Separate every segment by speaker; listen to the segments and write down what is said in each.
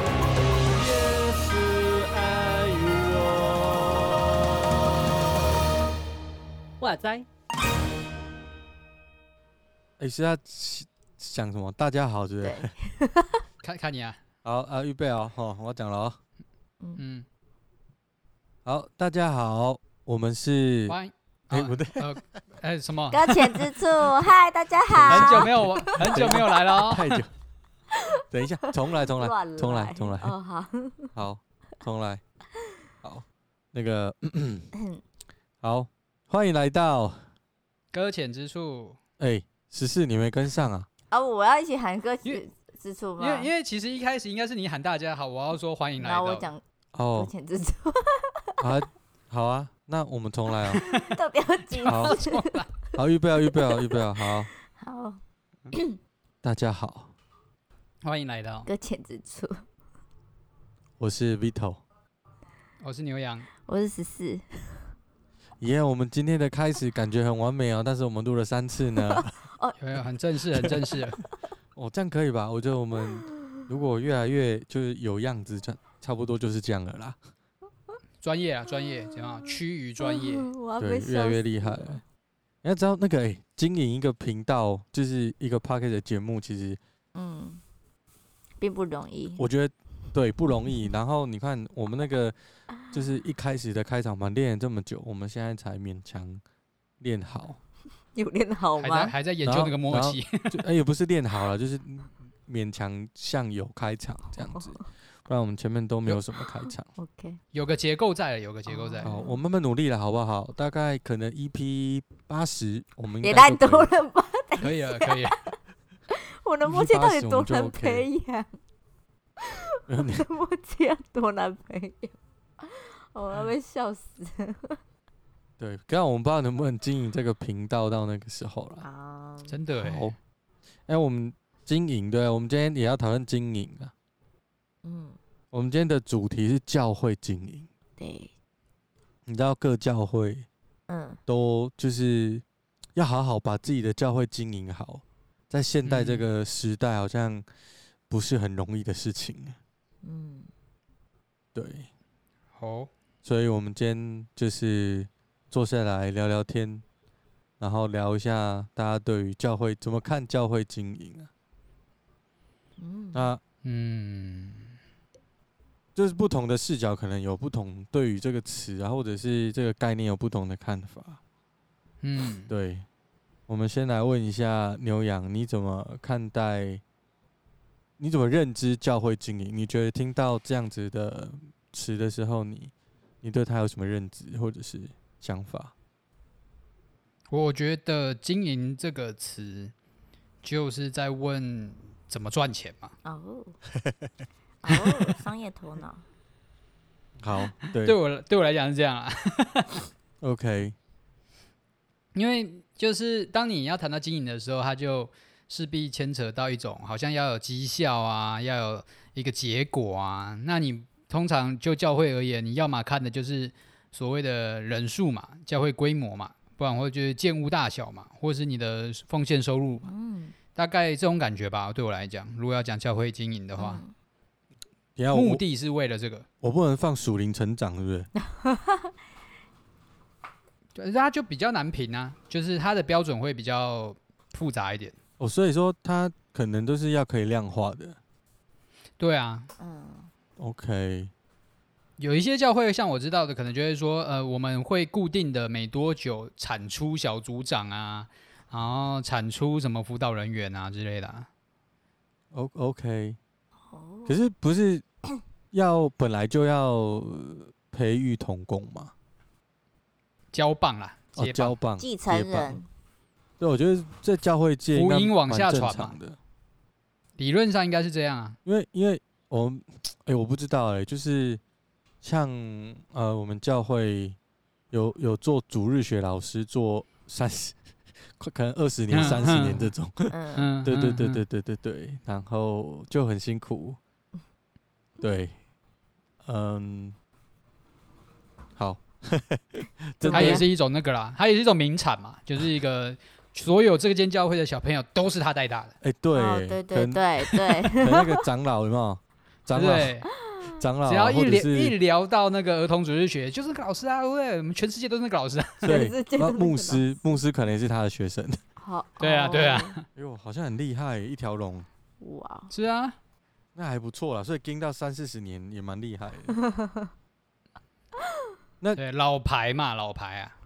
Speaker 1: 也是爱我。哇塞！
Speaker 2: 哎、是要起想什么？大家好，是不是？
Speaker 3: 对，
Speaker 4: 看看你啊，
Speaker 2: 好啊，预备哦，哦，我讲了哦。
Speaker 4: 嗯，
Speaker 2: 好，大家好，我们是
Speaker 4: 欢迎，
Speaker 2: 哎、
Speaker 4: 啊
Speaker 2: 不对，
Speaker 4: 呃，哎什么？
Speaker 3: 搁浅之 处，嗨，大家好。
Speaker 2: 哎
Speaker 4: 很久没有我，很久没有来了哦。
Speaker 2: 太久。等一下，重来，重来，
Speaker 3: 乱
Speaker 2: 重来重来
Speaker 3: 哦，好，
Speaker 2: 好，重来，好，那个，好，欢迎来到，
Speaker 4: 搁浅之处，
Speaker 2: 哎、十四你没跟上啊？
Speaker 3: 啊，我要一起喊歌
Speaker 4: 因
Speaker 3: 曲之处
Speaker 4: 因
Speaker 3: 吗？
Speaker 4: 为因为其实一开始应该是你喊大家好，我要说欢迎来
Speaker 3: 然
Speaker 4: 到。
Speaker 3: 后我讲搁
Speaker 2: 哦，
Speaker 3: 浅之处，
Speaker 2: 好啊，好啊，那我们重来哦。
Speaker 3: 都不要急。
Speaker 2: 好好，预备哦，预备哦，预备哦，好，
Speaker 3: 好，
Speaker 2: 大家好，
Speaker 4: 欢迎来哦到，
Speaker 3: 搁浅之处，
Speaker 2: 我是 Vito。
Speaker 4: 我是牛羊，
Speaker 3: 我是十四，
Speaker 2: 耶我们今天的开始感觉很完美哦，但是我们录了三次呢。
Speaker 3: 哦
Speaker 4: 有没有很正式，很正式？
Speaker 2: 哦，这样可以吧？我觉得我 们如果越来越就是有样子，差差不多就是这样了啦。
Speaker 4: 专业啊，专业，怎么
Speaker 3: 嗯
Speaker 4: 样？趋于专业，
Speaker 3: 我要
Speaker 2: 对
Speaker 3: 哦被，
Speaker 2: 越来
Speaker 3: 笑
Speaker 2: 越
Speaker 3: 死
Speaker 2: 厉害
Speaker 3: 了。
Speaker 2: 了。你要知道，那个、诶，经营一个频道，就是一个 p a c k e t 的节目，其实
Speaker 3: 嗯，并不容易。
Speaker 2: 我觉得对不容易。然后你看，我们那个
Speaker 3: 啊
Speaker 2: 就是一开始的开场盘练了这么久，我们现在才勉强练好。
Speaker 3: 有练好
Speaker 4: 还在
Speaker 3: 吗？
Speaker 4: 还在研究
Speaker 2: 然后
Speaker 4: 那个默
Speaker 2: 然后
Speaker 4: 契。
Speaker 2: 就哎、也不是练好了，就是勉强像有开场这 样子，不然我们前面都没有什么开场。
Speaker 3: OK，
Speaker 4: 有个结构在了，有个结构在。
Speaker 2: 好，我慢慢努力了，好不好？大概可能 EP 八十，我们应
Speaker 3: 也
Speaker 2: 该
Speaker 3: 太
Speaker 2: 就
Speaker 3: 多
Speaker 2: 可以
Speaker 3: 了吧？
Speaker 4: 可以了，可以了。
Speaker 3: 我的
Speaker 2: 一
Speaker 3: 默契到底
Speaker 2: 八十我
Speaker 3: 多
Speaker 2: 们就
Speaker 3: 难
Speaker 2: OK
Speaker 3: 培养？
Speaker 2: 了。
Speaker 3: 我的默契要多难培养？ 我要被笑死
Speaker 2: 对，刚刚我们不知道能不能经营这个频道到那个时候了。
Speaker 3: 啊！
Speaker 4: 真的
Speaker 2: 好
Speaker 4: 哎，，
Speaker 2: 哎、我们经营，对，我们今天也要讨论经营啊。
Speaker 3: 嗯，
Speaker 2: 我们今天的主题是教会经营，
Speaker 3: 对，
Speaker 2: 你知道各教会
Speaker 3: 嗯
Speaker 2: 都就是要好好把自己的教会经营好，在现代这
Speaker 4: 嗯
Speaker 2: 个时代好像不是很容易的事情。
Speaker 3: 嗯，
Speaker 2: 对，
Speaker 4: 好，
Speaker 2: 所以我们今天就是坐下来聊聊天，然后聊一下大家对于教会怎么看教会经营啊。
Speaker 3: 嗯
Speaker 2: 那
Speaker 4: 嗯，
Speaker 2: 就是不同的视角，可能有不同对于这个词啊，或者是这个概念有不同的看法。
Speaker 4: 嗯，
Speaker 2: 对，我们先来问一下牛羊，你怎么看待？你怎么认知教会经营？你觉得听到这样子的词的时候你，你对它有什么认知或者是想法？
Speaker 4: 我觉得“经营”这个词就是在问怎么赚钱嘛。
Speaker 3: 哦 哦，商业头脑，
Speaker 2: 好，对
Speaker 4: 对我对我来讲是这样啊，
Speaker 2: o k
Speaker 4: 因为就是当你要谈到经营的时候，它就势必牵扯到一种好像要有绩效啊，要有一个结果啊。那你通常就教会而言，你要么看的就是所谓的人数嘛，教会规模嘛，不然或者就是建屋大小嘛，或是你的奉献收入嘛，
Speaker 3: 嗯，
Speaker 4: 大概这种感觉吧。对我来讲，如果要讲教会经营的话，
Speaker 3: 嗯
Speaker 2: 你要
Speaker 4: 目
Speaker 2: 我
Speaker 4: 的是为了这个。
Speaker 2: 我不能放属灵成长，是不 是？
Speaker 4: 对，它就比较难评啊，就是它的标准会比较复杂一点。
Speaker 2: 哦，所以说它可能都是要可以量化的。
Speaker 4: 对啊，
Speaker 3: 嗯
Speaker 2: OK，
Speaker 4: 有一些教会像我知道的，可能就会说，呃，我们会固定的每多久产出小组长啊，然后产出什么辅导人员啊之类的、啊。
Speaker 2: O OK，
Speaker 3: 哦
Speaker 2: 可是不是要本来就要培育童工嘛？
Speaker 4: 交棒啦，
Speaker 2: 哦，
Speaker 4: 接棒
Speaker 2: 交棒，
Speaker 3: 继承
Speaker 2: 接棒
Speaker 3: 人。，
Speaker 2: 对，我觉得在教会界应该
Speaker 4: 福音往
Speaker 2: 蛮
Speaker 4: 下
Speaker 2: 正
Speaker 4: 传
Speaker 2: 常
Speaker 4: 嘛
Speaker 2: 的，
Speaker 4: 理论上应该是这样啊。
Speaker 2: 因为因为我们，哎、我不知道哎、就是像呃，我们教会有有做主日学老师，做三十， 快可能二十年、三十年这种。
Speaker 3: 嗯，
Speaker 4: 嗯，
Speaker 2: 对对对
Speaker 4: 嗯，
Speaker 2: 对对对对，然后就很辛苦。 嗯对，嗯，好，真的
Speaker 4: 它
Speaker 2: 啊
Speaker 4: 也是一种那个啦，它也是一种名产嘛，就是一个所有这间教会的小朋友都是他带大的，
Speaker 2: 哎、对、
Speaker 3: 哦，对对
Speaker 2: 跟
Speaker 3: 对对，
Speaker 2: 跟那个长老有没有？长
Speaker 4: 对不
Speaker 2: 老，
Speaker 4: 对？
Speaker 2: 长老，
Speaker 4: 只要一
Speaker 2: 啊或者
Speaker 4: 聊一
Speaker 2: 是
Speaker 4: 聊到那个儿童主日学，就是那个老师啊，对，我们全世界都是那个老师啊。
Speaker 3: 全世界
Speaker 2: 对，
Speaker 3: 都
Speaker 2: 那
Speaker 3: 是那个
Speaker 2: 牧
Speaker 3: 老
Speaker 2: 师，牧师可能是他的学生。
Speaker 3: 好，
Speaker 4: 对啊对啊
Speaker 3: 哦，
Speaker 2: 哎呦，好像很厉害，一条龙，
Speaker 3: 哇，
Speaker 4: 是啊，
Speaker 2: 那还不错啦。所以盯到三四十年也蛮厉害 的。
Speaker 4: 对，老牌嘛，老牌啊。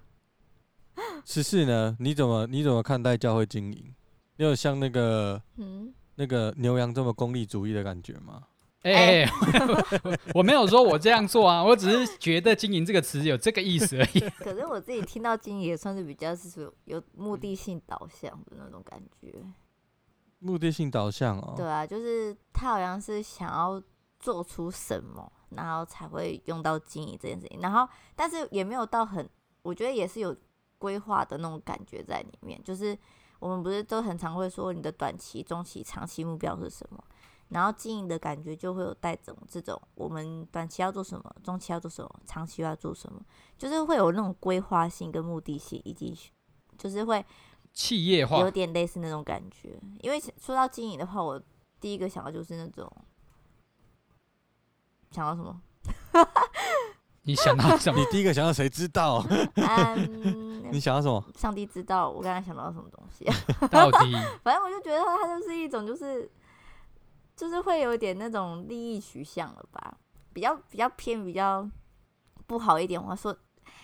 Speaker 2: 十四呢？你怎么你怎么看待教会经营？你有像那个
Speaker 3: 嗯，
Speaker 2: 那个牛羊这么功利主义的感觉吗？
Speaker 4: 哎、 我我没有说我这样做啊，我只是觉得“经营”这个词有这个意思而 已。
Speaker 3: 可是我自己听到经营也算是比较是属有目的性导向的那种感觉。
Speaker 2: 目的性导向哦。
Speaker 3: 对啊，就是他好像是想要做出什么，然后才会用到经营这件事情。然后，但是也没有到很，我觉得也是有规划的那种感觉在里面。就是我们不是都很常会说你的短期、中期、长期目标是什么？然后经营的感觉就会有带种这种，我们短期要做什么，中期要做什么，长期要做什么，就是会有那种规划性跟目的性，以及就是会
Speaker 4: 企业
Speaker 3: 有
Speaker 4: 化，
Speaker 3: 点类似那种感觉。因为说到经营的话，我第一个想到就是那种想到什 么，
Speaker 4: 你想到什么
Speaker 2: 你？第一个想到谁知 道？你
Speaker 3: 嗯，
Speaker 2: 想到什 么？
Speaker 3: 上帝知道我刚才想到什么东西、
Speaker 4: 到 底
Speaker 3: 反正我就觉得它就是一种就是就是会有点那种利益取向了吧，比较比较偏比较不好一点。我说，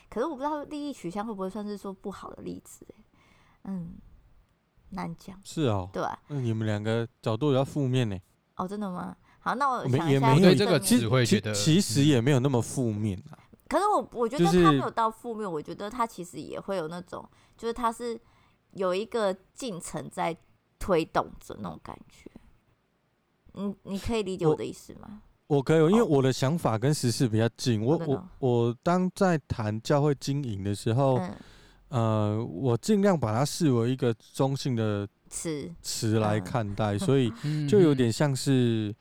Speaker 3: 可是我不知道利益取向会不会算是说不好的例子、欸，嗯，难讲，
Speaker 2: 是哦，
Speaker 3: 对吧、
Speaker 2: 那你们两个角度比较负面呢。
Speaker 3: 哦，真的吗？好，那我
Speaker 2: 没
Speaker 3: 想
Speaker 2: 也
Speaker 3: 一下
Speaker 2: 没
Speaker 3: 正
Speaker 2: 有
Speaker 3: 面。
Speaker 2: 对
Speaker 4: 这个
Speaker 2: 其
Speaker 4: 只会
Speaker 2: 实
Speaker 4: 觉
Speaker 2: 其
Speaker 4: 得
Speaker 2: 其实也没有那么负面啊。
Speaker 3: 可是我我觉得
Speaker 2: 就
Speaker 3: 他
Speaker 2: 是
Speaker 3: 没有到负面，我觉得他其实也会有那种，就是他是有一个进程在推动着那种感觉。你你可以理解
Speaker 2: 我
Speaker 3: 我的意思吗？
Speaker 2: 我可以，因为
Speaker 3: 哦
Speaker 2: 我的想法跟时事比较近。我
Speaker 3: 真的哦
Speaker 2: 我我当在谈教会经营的时候，
Speaker 3: 嗯，
Speaker 2: 呃，我尽量把它视为一个中性的
Speaker 3: 是
Speaker 2: 词来
Speaker 3: 嗯
Speaker 2: 看待，所 以
Speaker 4: 嗯
Speaker 2: 就有点像是，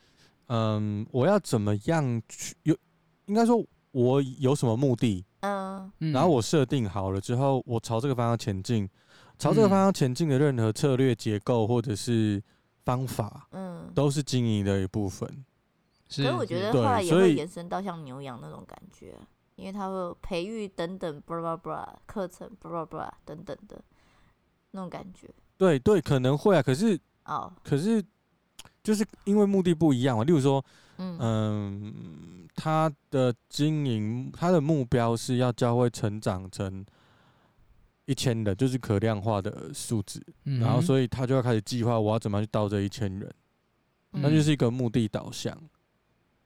Speaker 2: 嗯，我要怎么样去有，应该说我有什么目的，
Speaker 3: 嗯
Speaker 4: 嗯
Speaker 2: 然后我设定好了之后，我朝这个方向前进，朝这个
Speaker 4: 嗯
Speaker 2: 方向前进的任何策略、结构或者是方法，
Speaker 3: 嗯。
Speaker 2: 都是经营的一部分。
Speaker 4: 是
Speaker 3: 可是我觉得
Speaker 2: 对
Speaker 3: 后来也
Speaker 2: 所
Speaker 3: 会
Speaker 2: 以
Speaker 3: 延伸到像牛羊那种感觉，啊因为他会有培育等等，blah blah blah 课程，blah blah blah 等等的那种感觉。
Speaker 2: 对对，可能会啊，可是
Speaker 3: 哦，
Speaker 2: 可是就是因为目的不一样嘛，例如说，
Speaker 3: 嗯
Speaker 2: 嗯，他的经营，他的目标是要教会成长成一千人，就是可量化的数值。
Speaker 4: 嗯
Speaker 2: 然后，所以他就要开始计划我要怎么样去到这一千人，那
Speaker 3: 嗯
Speaker 2: 就是一个目的导向。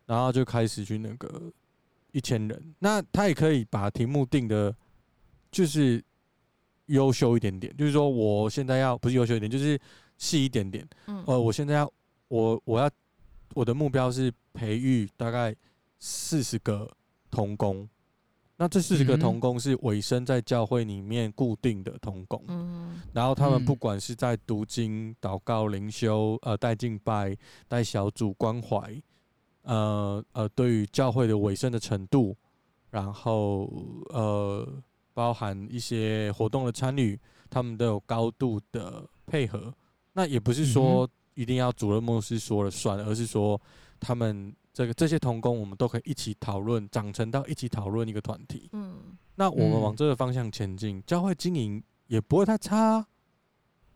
Speaker 2: 然后就开始去那个一千人，那他也可以把题目定的，就是优秀一点点，就是说我现在要不是优秀一点，就是细一点点。
Speaker 3: 嗯
Speaker 2: 呃，我现在要我我要我的目标是培育大概四十个童工，那这四十个
Speaker 4: 嗯哼
Speaker 2: 童工是委身在教会里面固定的童工，
Speaker 3: 嗯
Speaker 2: 然后他们不
Speaker 4: 嗯
Speaker 2: 管是在读经、祷告、灵修、呃带敬拜、带小组关怀，呃呃，对于教会的委身的程度，然后呃包含一些活动的参与，他们都有高度的配合。那也不是说一定要主任牧师说了算，而是说他们这个这些同工，我们都可以一起讨论，长成到一起讨论一个团体。
Speaker 3: 嗯
Speaker 2: 那我们往
Speaker 4: 嗯
Speaker 2: 这个方向前进，教会经营也不会太差啊、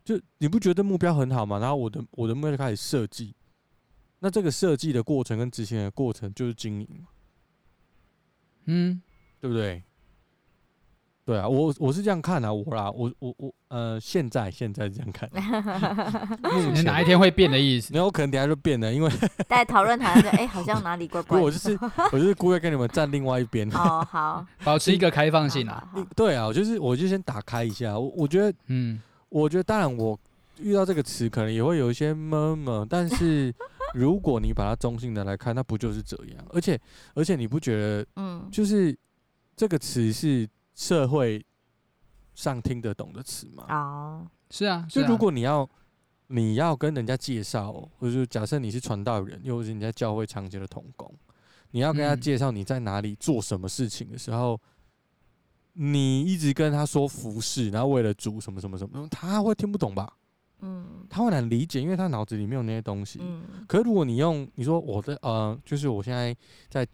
Speaker 2: 就你不觉得目标很好吗？然后我的我的目标就开始设计，那这个设计的过程跟执行的过程就是经营，
Speaker 4: 嗯，
Speaker 2: 对不对？对啊，我我是这样看啊，我啦，我我我呃，现在现在这样看，目
Speaker 4: 你哪一
Speaker 2: 前，
Speaker 4: 天会变的意思？
Speaker 2: 然后可能等一下就变了，因为
Speaker 3: 在讨论讨论就，哎、好像哪里怪
Speaker 2: 因
Speaker 3: 怪
Speaker 2: 为
Speaker 3: 的。
Speaker 2: 我就是我就是故意跟你们站另外一边。
Speaker 3: 哦，好，
Speaker 4: 保持一个开放性
Speaker 3: 好
Speaker 4: 啊。
Speaker 3: 好好
Speaker 2: 对啊，我就是我就先打开一下，我我觉得
Speaker 4: 嗯，
Speaker 2: 我觉得，当然我遇到这个词可能也会有一些么么，但是如果你把它中性的来看，那不就是这样？而且而且你不觉得
Speaker 3: 嗯，
Speaker 2: 就是这个词是社会上听得懂的词吗？
Speaker 3: 哦，
Speaker 4: 是啊，
Speaker 2: 就是
Speaker 4: 啊
Speaker 2: 如果你要你要跟人家介绍，或者说假设你是传道人，又或者你在教会长期的童工，你要跟他
Speaker 4: 嗯
Speaker 2: 介绍你在哪里做什么事情的时候，你一直跟他说服饰，然后为了主什么什么什么，他会听不懂吧？
Speaker 3: 嗯
Speaker 2: 他会难理解，因为他脑子里没有那些东西。
Speaker 3: 嗯
Speaker 2: 可是如果你用你说我的呃，就是我现在在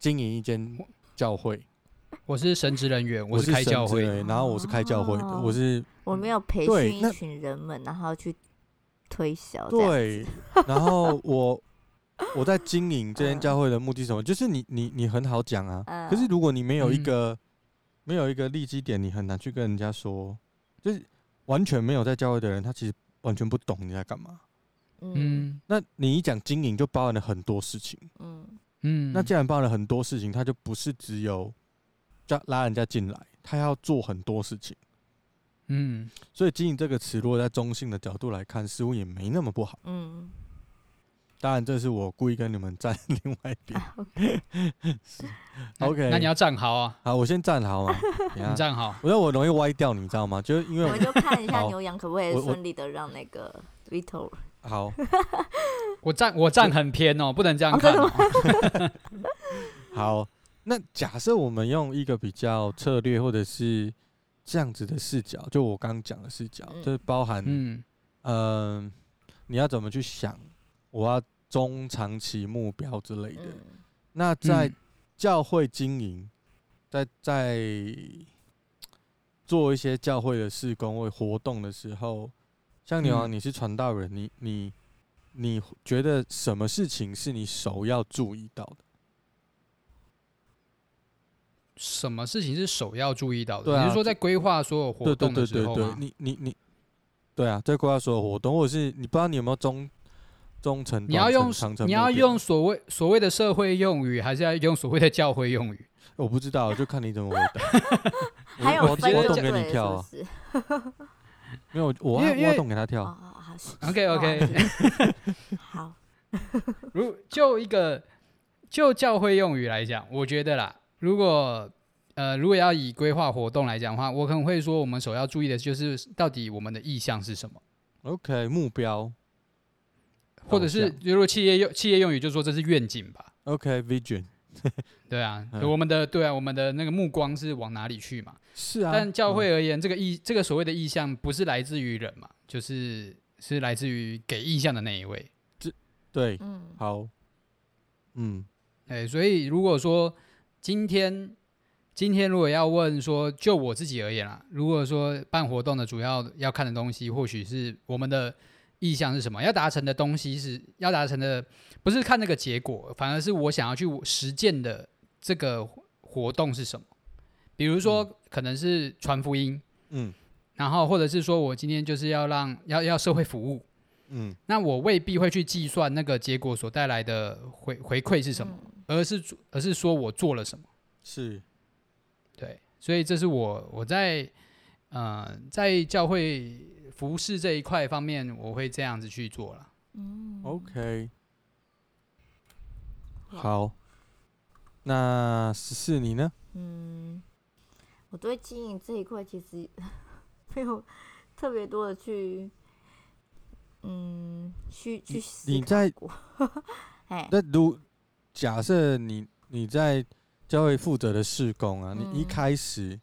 Speaker 2: 经营一间教会，
Speaker 4: 我是神职人员，
Speaker 2: 我
Speaker 4: 是开
Speaker 2: 神
Speaker 4: 教
Speaker 2: 职
Speaker 4: 会，
Speaker 2: 人员然后我是开教会的，
Speaker 3: 哦
Speaker 2: 我是
Speaker 3: 我没有培
Speaker 2: 对
Speaker 3: 训
Speaker 2: 那
Speaker 3: 一群人们，然后去推销这样子，
Speaker 2: 对， 然后我我在经营这间教会的目的是什么？就是你你你很好讲啊，可是
Speaker 3: 嗯
Speaker 2: 如果你没有一
Speaker 4: 嗯
Speaker 2: 个、没有一个利基点，你很难去跟人家说，就是完全没有在教会的人，他其实完全不懂你在干嘛。
Speaker 3: 嗯
Speaker 4: 嗯
Speaker 2: 那你一讲经营，就包含了很多事情。
Speaker 3: 嗯
Speaker 4: 嗯，
Speaker 2: 那既然包含了很多事情，他就不是只有叫拉人家进来，他要做很多事情。
Speaker 4: 嗯
Speaker 2: 所以经营这个词，如果在中性的角度来看，似乎也没那么不好。
Speaker 3: 嗯，
Speaker 2: 当然，这是我故意跟你们站 另外一边。
Speaker 4: 啊 那
Speaker 2: OK
Speaker 4: 那你要站好啊，
Speaker 2: 好，我先站好 嘛。等一
Speaker 4: 你
Speaker 2: 下
Speaker 4: 站好，
Speaker 2: 我觉得我容易歪掉，你知道吗？就是因为
Speaker 3: 我 们就看一下
Speaker 2: 好
Speaker 3: 牛羊可不可以
Speaker 2: 我我
Speaker 3: 顺利的让那个 Vito
Speaker 2: 我好，
Speaker 4: 我站我站很偏哦，不能这样
Speaker 2: 啊
Speaker 3: 哦
Speaker 4: 看
Speaker 3: 真的
Speaker 4: 哦、
Speaker 2: 好，那假设我们用一个比较策略或者是这样子的视角，就我刚讲的视角，
Speaker 3: 嗯
Speaker 2: 就是包含嗯、
Speaker 4: 嗯
Speaker 2: 呃你要怎么去想我要中长期目标之类的。
Speaker 3: 嗯
Speaker 2: 那在
Speaker 4: 嗯
Speaker 2: 教会经营，在在做一些教会的事工或活动的时候，像牛王，
Speaker 4: 嗯
Speaker 2: 你是传道人，你你你觉得什么事情是你首要注意到的？
Speaker 4: 什么事情是首要注意到的？
Speaker 2: 对啊
Speaker 4: 你是说在规划所有活
Speaker 2: 对对
Speaker 4: 动
Speaker 2: 对
Speaker 4: 的时
Speaker 2: 对
Speaker 4: 候
Speaker 2: 对
Speaker 4: 吗，？
Speaker 2: 你你你，对啊，在规划所有活动，或者是你不知道你有没有中中程，
Speaker 4: 你要
Speaker 2: 短程
Speaker 4: 用
Speaker 2: 长程
Speaker 4: 你
Speaker 2: 目
Speaker 4: 要
Speaker 2: 标
Speaker 4: 用，所谓所谓的社会用语，还是要用所谓的教会 用语？
Speaker 2: 我不知道，就看你怎么回答。我
Speaker 3: 还有
Speaker 2: 我
Speaker 3: 分
Speaker 2: 我
Speaker 3: 就
Speaker 2: 懂给
Speaker 3: 对了
Speaker 2: 你跳啊，
Speaker 3: 是不是？
Speaker 2: 没有我
Speaker 4: 因为因
Speaker 2: 我
Speaker 4: 为
Speaker 2: 懂给他
Speaker 3: 哦
Speaker 2: 跳，
Speaker 3: 好好是
Speaker 4: OK，OK
Speaker 3: 是好，
Speaker 4: 如就一个就教会用语来讲，我觉得啦，如果呃如果要以规划活动来讲的话，我可能会说我们首要注意的就是到底我们的意向是什么，
Speaker 2: OK 目标
Speaker 4: 或者
Speaker 2: 导
Speaker 4: 是
Speaker 2: 向
Speaker 4: 如果企业用企业用语就说这是愿景吧。
Speaker 2: OK vision
Speaker 4: 对啊，
Speaker 2: 嗯
Speaker 4: 我们的对啊，我们的那个目光是往哪里去嘛？
Speaker 2: 是啊，
Speaker 4: 但教
Speaker 2: 嗯
Speaker 4: 会而言，这个意这个所谓的意向不是来自于人嘛，就是是来自于给意向的那一位。
Speaker 2: 对
Speaker 3: 嗯
Speaker 2: 好，嗯
Speaker 4: 对，哎所以如果说今天今天如果要问说，就我自己而言啦，如果说办活动的主要要看的东西，或许是我们的意向是什么，要达成的东西是要达成的，不是看那个结果，反而是我想要去实践的这个活动是什么。比如说，可能是传福音，
Speaker 2: 嗯
Speaker 4: 然后或者是说我今天就是要让要要社会服务，
Speaker 2: 嗯
Speaker 4: 那我未必会去计算那个结果所带来的回回馈是
Speaker 3: 嗯
Speaker 4: 什么，而是做而是说我做了什么。
Speaker 2: 是
Speaker 4: 对，所以这是我我在呃在教会服饰这一块方面，我会这样子去做了。
Speaker 3: 嗯
Speaker 2: OK
Speaker 3: 好
Speaker 2: 好，那十四你呢？
Speaker 3: 嗯，我对经营这一块其实 没有特别多的去，嗯，去去思
Speaker 2: 你
Speaker 3: 考
Speaker 2: 在
Speaker 3: 过， 哎，
Speaker 2: 那如假设你你在教会负责的事工啊，你一
Speaker 3: 嗯
Speaker 2: 开始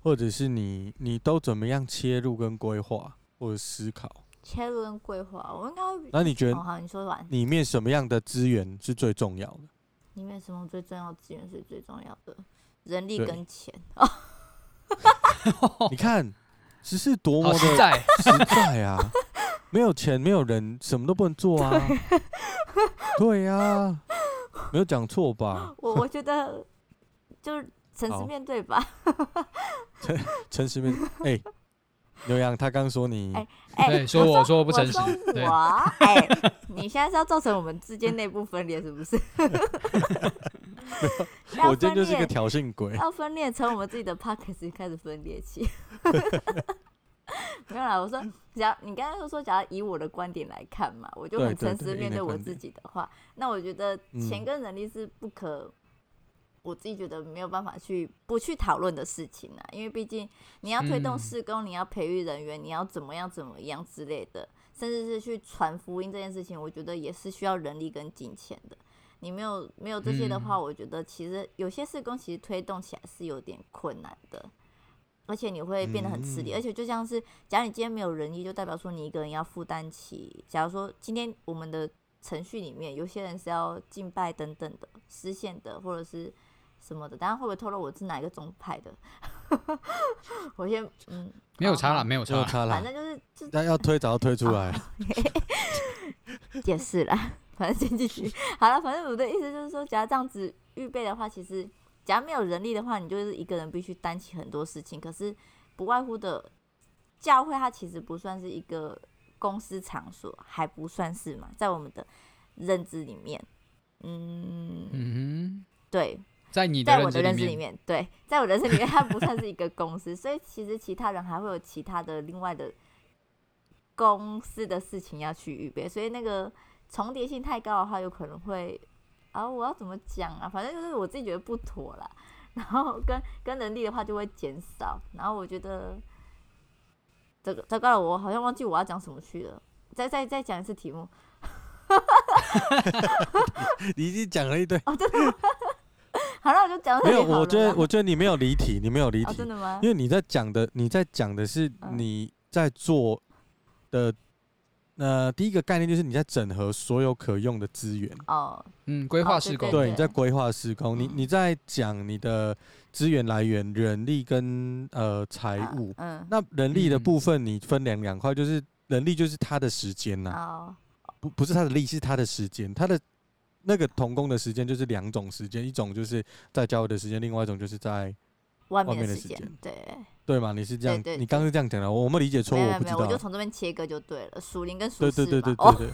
Speaker 2: 或者是你你都怎么样切入跟规划或者思考？
Speaker 3: 切入跟规划，我应该会比。
Speaker 2: 那你觉
Speaker 3: 哦，
Speaker 2: 得
Speaker 3: 好，你说完，
Speaker 2: 里面什么样的资源是最重要的？
Speaker 3: 里面什么最重要的资源是最重要的？人力
Speaker 2: 对
Speaker 3: 跟钱。哦
Speaker 2: 你看，只是多么
Speaker 4: 好
Speaker 2: 的
Speaker 4: 实在，
Speaker 2: 实在啊，没有钱，没有人，什么都不能做 啊。对呀、没有讲错吧？
Speaker 3: 我我觉得就是诚实
Speaker 2: 好
Speaker 3: 面对吧。
Speaker 2: 陈实 面，哎、牛羊他刚说你，
Speaker 3: 哎 哎、
Speaker 4: 对，说
Speaker 3: 我
Speaker 4: 我说我
Speaker 3: 我
Speaker 4: 不诚实
Speaker 3: 说，
Speaker 4: 对
Speaker 3: 我，啊哎、你现在是要造成我们之间内部分裂是不是？ 要
Speaker 2: 我今天
Speaker 3: 分
Speaker 2: 就是一个
Speaker 3: 裂，哦
Speaker 2: 挑衅鬼。
Speaker 3: 要分裂，从我们自己的 p o c k e t 开始分裂 起。没有啦，我说，只要你刚刚又说，只要以我的观点来看嘛，我就
Speaker 2: 对
Speaker 3: 很
Speaker 2: 对
Speaker 3: 诚
Speaker 2: 对
Speaker 3: 实
Speaker 2: 以
Speaker 3: 面
Speaker 2: 你的
Speaker 3: 对我
Speaker 2: 观
Speaker 3: 自
Speaker 2: 点
Speaker 3: 己的话，那我觉得钱
Speaker 2: 嗯
Speaker 3: 跟人力是不可，我自己觉得没有办法去不去讨论的事情啊，因为毕竟你要推动
Speaker 4: 嗯
Speaker 3: 施工，你要培育人员，你要怎么样怎么样之类的，甚至是去传福音这件事情，我觉得也是需要人力跟金钱的。你没有没有这些的话，
Speaker 4: 嗯
Speaker 3: 我觉得其实有些事工其实推动起来是有点困难的。而且你会变得很吃力，
Speaker 2: 嗯
Speaker 3: 而且就像是，假如你今天没有人力，就代表说你一个人要负担起。假如说今天我们的程序里面，有些人是要敬拜等等的、失陷的，或者是什么的，当然会不会透露我是哪一个宗派的？ 我先嗯，
Speaker 4: 没有差
Speaker 3: 好
Speaker 4: 啦，没有
Speaker 2: 就
Speaker 4: 差啦。
Speaker 2: 他
Speaker 3: 反
Speaker 2: 啦，
Speaker 3: 正哦就是就
Speaker 2: 但要推早要推出来，
Speaker 3: 也是啦， 反正先继续。好了，反正我的意思就是说，假如这样子预备的话，其实假如没有人力的话，你就是一个人必须担起很多事情。可是不外乎的教会，它其实不算是一个公司场所，还不算是嘛，在我们的认知里面，嗯，
Speaker 4: 嗯
Speaker 3: 对，
Speaker 4: 哼，在你的
Speaker 3: 在我
Speaker 4: 认
Speaker 3: 的
Speaker 4: 知
Speaker 3: 认
Speaker 4: 里
Speaker 3: 知里
Speaker 4: 面，
Speaker 3: 面，对，在我的认知里面，它不算是一个公司，所以其实其他人还会有其他的另外的公司的事情要去预备，所以那个重叠性太高的话，有可能会啊，我要怎么讲啊？反正就是我自己觉得不妥啦。然后跟跟能力的话就会减少，然后我觉得这个糟糕了，我好像忘记我要讲什么去了。再再再讲一次题目，
Speaker 2: 你已经讲了一堆，
Speaker 3: 好了，我就讲到这
Speaker 2: 没
Speaker 3: 里
Speaker 2: 有，
Speaker 3: 哦好
Speaker 2: 我
Speaker 3: 了
Speaker 2: 觉得
Speaker 3: 啦
Speaker 2: 我觉得你没有离题，你没有离
Speaker 3: 哦，
Speaker 2: 题，
Speaker 3: 真的吗
Speaker 2: 因？为你在讲的，你在讲的是
Speaker 3: 嗯
Speaker 2: 你在做的，呃，第一个概念就是你在整合所有可用的资源，
Speaker 3: 哦，
Speaker 4: 嗯，规
Speaker 3: 哦对
Speaker 4: 划施
Speaker 3: 对
Speaker 4: 工，
Speaker 2: 对，你
Speaker 3: 对
Speaker 2: 在规划施工，你
Speaker 3: 嗯
Speaker 2: 你在讲你的资源来源、人力跟呃财
Speaker 3: 啊
Speaker 2: 务。
Speaker 3: 嗯，
Speaker 2: 那人力的
Speaker 4: 嗯
Speaker 2: 部分你分两两块，就是人力就是他的时间呐、
Speaker 3: 哦，
Speaker 2: 不不是他的力，是他的时间，他的那个童工的时间就是两种时间，一种就是在教会的时间，另外一种就是在
Speaker 3: 外
Speaker 2: 外
Speaker 3: 面
Speaker 2: 面的
Speaker 3: 的时
Speaker 2: 时
Speaker 3: 间
Speaker 2: 间，
Speaker 3: 对。
Speaker 2: 对嘛？你是这样，
Speaker 3: 对对
Speaker 2: 你刚刚是这样讲的，我我们理解错
Speaker 3: 没
Speaker 2: 误，
Speaker 3: 有
Speaker 2: 我
Speaker 3: 没有
Speaker 2: 不
Speaker 3: 没
Speaker 2: 知
Speaker 3: 有，
Speaker 2: 道
Speaker 3: 我
Speaker 2: 啊。
Speaker 3: 就从这边切割就对了，属灵跟属
Speaker 2: 对
Speaker 3: 实
Speaker 2: 对对
Speaker 3: 嘛。
Speaker 2: 对对
Speaker 3: 哦，
Speaker 2: 对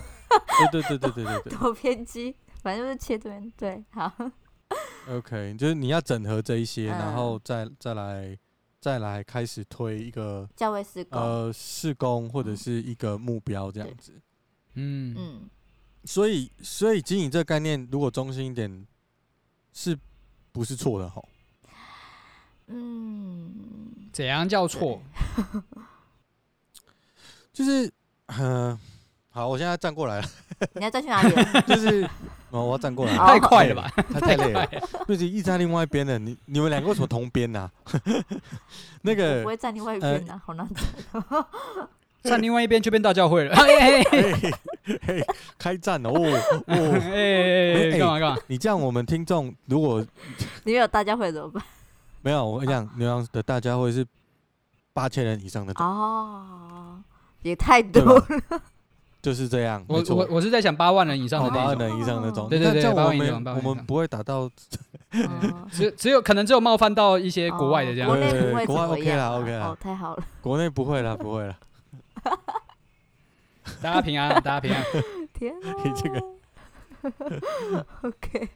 Speaker 2: 对对对对对对 对
Speaker 3: 多偏激，反正就是切这边。对，好，
Speaker 2: 对，OK，就是你要整合这一些，然
Speaker 3: 嗯
Speaker 2: 后再再来再来开始推一个
Speaker 3: 教会施工，
Speaker 2: 呃施工或者
Speaker 3: 嗯
Speaker 2: 是一个目标这样
Speaker 3: 对
Speaker 2: 子。
Speaker 4: 嗯，
Speaker 3: 嗯，
Speaker 2: 所以所以经营这个概念，如果中心一点，是不是错的吼？
Speaker 3: 嗯，
Speaker 4: 怎样叫错？
Speaker 2: 就是嗯、呃好，我现在站过来了，
Speaker 3: 你要再去 哪里了？
Speaker 2: 就是哦，我要站过来了，
Speaker 4: 太快了吧？
Speaker 2: 他 太累了，就是一直在另外一边的。你你们两个为什么同边呐、 那
Speaker 3: 我
Speaker 2: 个
Speaker 3: 不会站另外一边
Speaker 2: 呃
Speaker 3: 呢，好难走。
Speaker 4: 站另外一边就变大教会了。 哎哎
Speaker 2: 嘿嘿嘿开战了哦哦，
Speaker 4: 哎哎，干嘛干嘛？
Speaker 2: 你这样我们听众如果
Speaker 3: 你没有大家会怎 么办？
Speaker 2: 没有，我跟你讲，牛羊的大家会是八千人以上的，
Speaker 3: 哦，也太
Speaker 2: 对
Speaker 3: 多
Speaker 2: 吧
Speaker 3: 了。？
Speaker 2: 就是这样，
Speaker 4: 我
Speaker 2: 没错
Speaker 4: 我我是在想八万人以上的
Speaker 2: 哦八
Speaker 4: 那
Speaker 2: 万
Speaker 4: 种，
Speaker 2: 人以上那种，
Speaker 4: 对对
Speaker 2: 那
Speaker 4: 对
Speaker 2: 这样
Speaker 4: 八
Speaker 2: 我
Speaker 4: 万以上八
Speaker 2: 们
Speaker 4: 万以
Speaker 2: 我
Speaker 4: 上
Speaker 2: 们不会打到
Speaker 3: 嗯哦
Speaker 4: 只只有可能只有冒犯到一些国外的这
Speaker 2: 哦
Speaker 3: 国
Speaker 4: 样。
Speaker 3: 内不会
Speaker 2: 对
Speaker 3: 怎
Speaker 2: 国外
Speaker 3: 么
Speaker 2: OK 啦
Speaker 3: 样啊
Speaker 2: OK 啦
Speaker 3: 哦，太好了，
Speaker 2: 国内不会啦，不会啦。
Speaker 4: 大家平安，啊大家平安。
Speaker 3: 天啊哪！
Speaker 2: 你这个
Speaker 3: OK，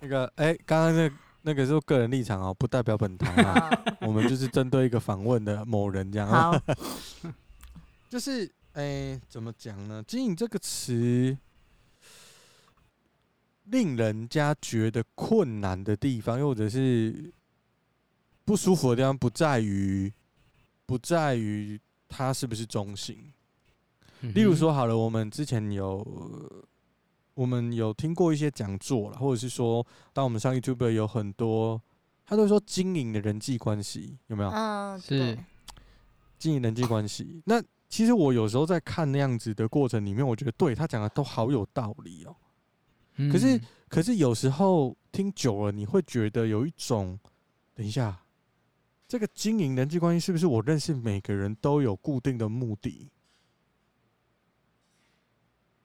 Speaker 2: 那个，哎、刚刚那那个是我个人立场哦，不代表本台 啊。
Speaker 3: 好
Speaker 2: 我们就是针对一个访问的某人这样。
Speaker 3: 嗯好，
Speaker 2: 就是，哎、怎么讲呢？经营这个词，令人家觉得困难的地方，又或者是不舒服的地方，不在于不在于它是不是中性， 例如说，好了，我们之前有我们有听过一些讲座啦，或者是说，当我们上 YouTube 有很多，他都会说经营的人际关系有没有？
Speaker 3: 嗯，
Speaker 4: 是
Speaker 3: 对
Speaker 2: 经营人际关系。那其实我有时候在看那样子的过程里面，我觉得对他讲的都好有道理哦、
Speaker 4: 嗯哼，
Speaker 2: 可是可是有时候听久了，你会觉得有一种，等一下，这个经营人际关系是不是我认识每个人都有固定的目的？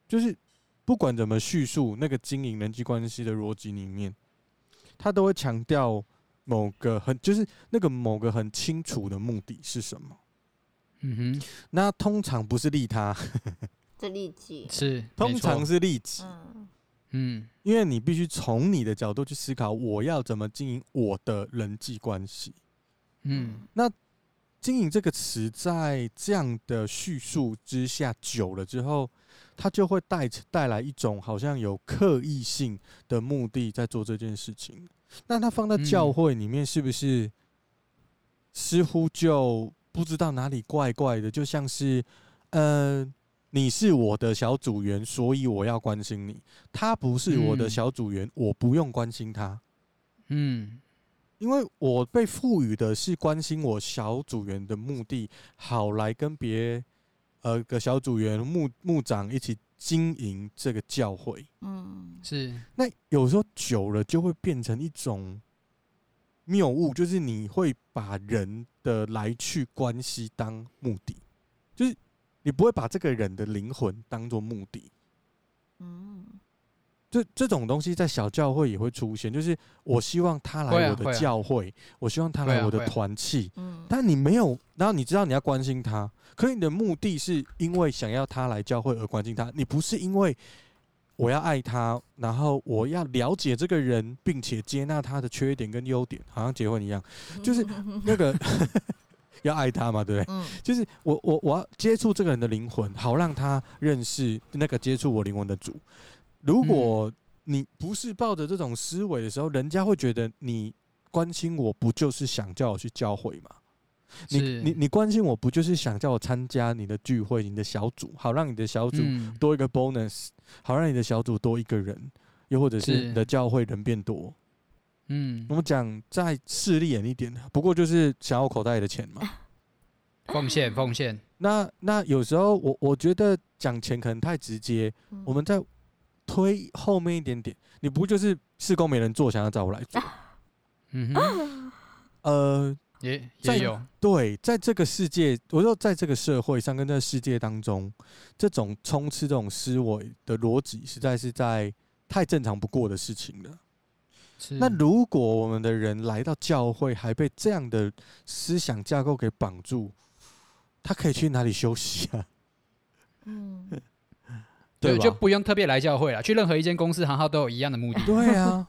Speaker 2: 就是不管怎么叙述那个经营人际关系的逻辑里面，他都会强调某个很就是那个某个很清楚的目的是什么。
Speaker 4: 嗯哼，
Speaker 2: 那通常不是利他，
Speaker 3: 这利己，
Speaker 4: 是
Speaker 2: 通常
Speaker 4: 没错
Speaker 2: 是利己。
Speaker 3: 嗯
Speaker 4: 嗯
Speaker 2: 因为你必须从你的角度去思考，我要怎么经营我的人际关系。
Speaker 4: 嗯
Speaker 2: 经营这个词在这样的叙述之下久了之后，它就会带带来一种好像有刻意性的目的在做这件事情。那它放在教
Speaker 4: 嗯
Speaker 2: 会里面，是不是似乎就不知道哪里怪怪的？就像是，呃，你是我的小组员，所以我要关心你；他不是我的
Speaker 4: 嗯
Speaker 2: 小组员，我不用关心他。
Speaker 4: 嗯
Speaker 2: 因为我被赋予的是关心我小组员的目的，好来跟别呃个小组员牧牧长一起经营这个教会。
Speaker 3: 嗯，
Speaker 4: 是
Speaker 2: 那有时候久了就会变成一种谬误，就是你会把人的来去关系当目的，就是你不会把这个人的灵魂当做目的。
Speaker 3: 嗯，
Speaker 2: 这这种东西在小教会也会出现，就是我希望他
Speaker 4: 会
Speaker 2: 来
Speaker 4: 啊
Speaker 2: 我
Speaker 4: 会
Speaker 2: 的
Speaker 4: 啊
Speaker 2: 教会，我希望他
Speaker 4: 会
Speaker 2: 来
Speaker 4: 啊
Speaker 2: 我
Speaker 4: 会
Speaker 2: 的
Speaker 4: 啊
Speaker 2: 团契，
Speaker 3: 嗯，
Speaker 2: 但你没有，然后你知道你要关心他，可你的目的是因为想要他来教会而关心他，你不是因为我要爱他，然后我要了解这个人，并且接纳他的缺点跟优点，好像结婚一样，就是那个 要爱他嘛，对不对？
Speaker 3: 嗯
Speaker 2: 就是我我我要接触这个人的灵魂，好让他认识那个接触我灵魂的主。
Speaker 4: 嗯
Speaker 2: 如果你不是抱着这种思维的时候，人家会觉得你关心我，不就是想叫我去教会吗？你
Speaker 4: 是
Speaker 2: 你你关心我不就是想叫我参加你的聚会、你的小组，好让你的小组
Speaker 4: 嗯
Speaker 2: 多一个 bonus，好让你的小组多一个人，又或者
Speaker 4: 是
Speaker 2: 是你的教会人变多。
Speaker 4: 嗯
Speaker 2: 我们讲再势利眼一点，不过就是想要口袋里的钱嘛。
Speaker 4: 奉献奉献，
Speaker 2: 那那有时候我我觉得讲钱可能太直接，
Speaker 3: 嗯
Speaker 2: 我们再推后面一点点，你不就是事工没人做，想要找我来
Speaker 4: 啊
Speaker 2: 做？
Speaker 4: 嗯哼，
Speaker 2: 呃，
Speaker 4: 也
Speaker 2: 在
Speaker 4: 也有，
Speaker 2: 对，在这个世界，我说在这个社会上跟这个世界当中，这种充斥这种思维的逻辑，实在是在太正常不过的事情了。
Speaker 4: 是
Speaker 2: 那如果我们的人来到教会，还被这样的思想架构给绑住，他可以去哪里休息啊？
Speaker 3: 嗯
Speaker 2: 对
Speaker 4: 对
Speaker 2: 吧？
Speaker 4: 就不用特别来教会了，去任何一间公司行号都有一样的 目的，
Speaker 2: 对啊，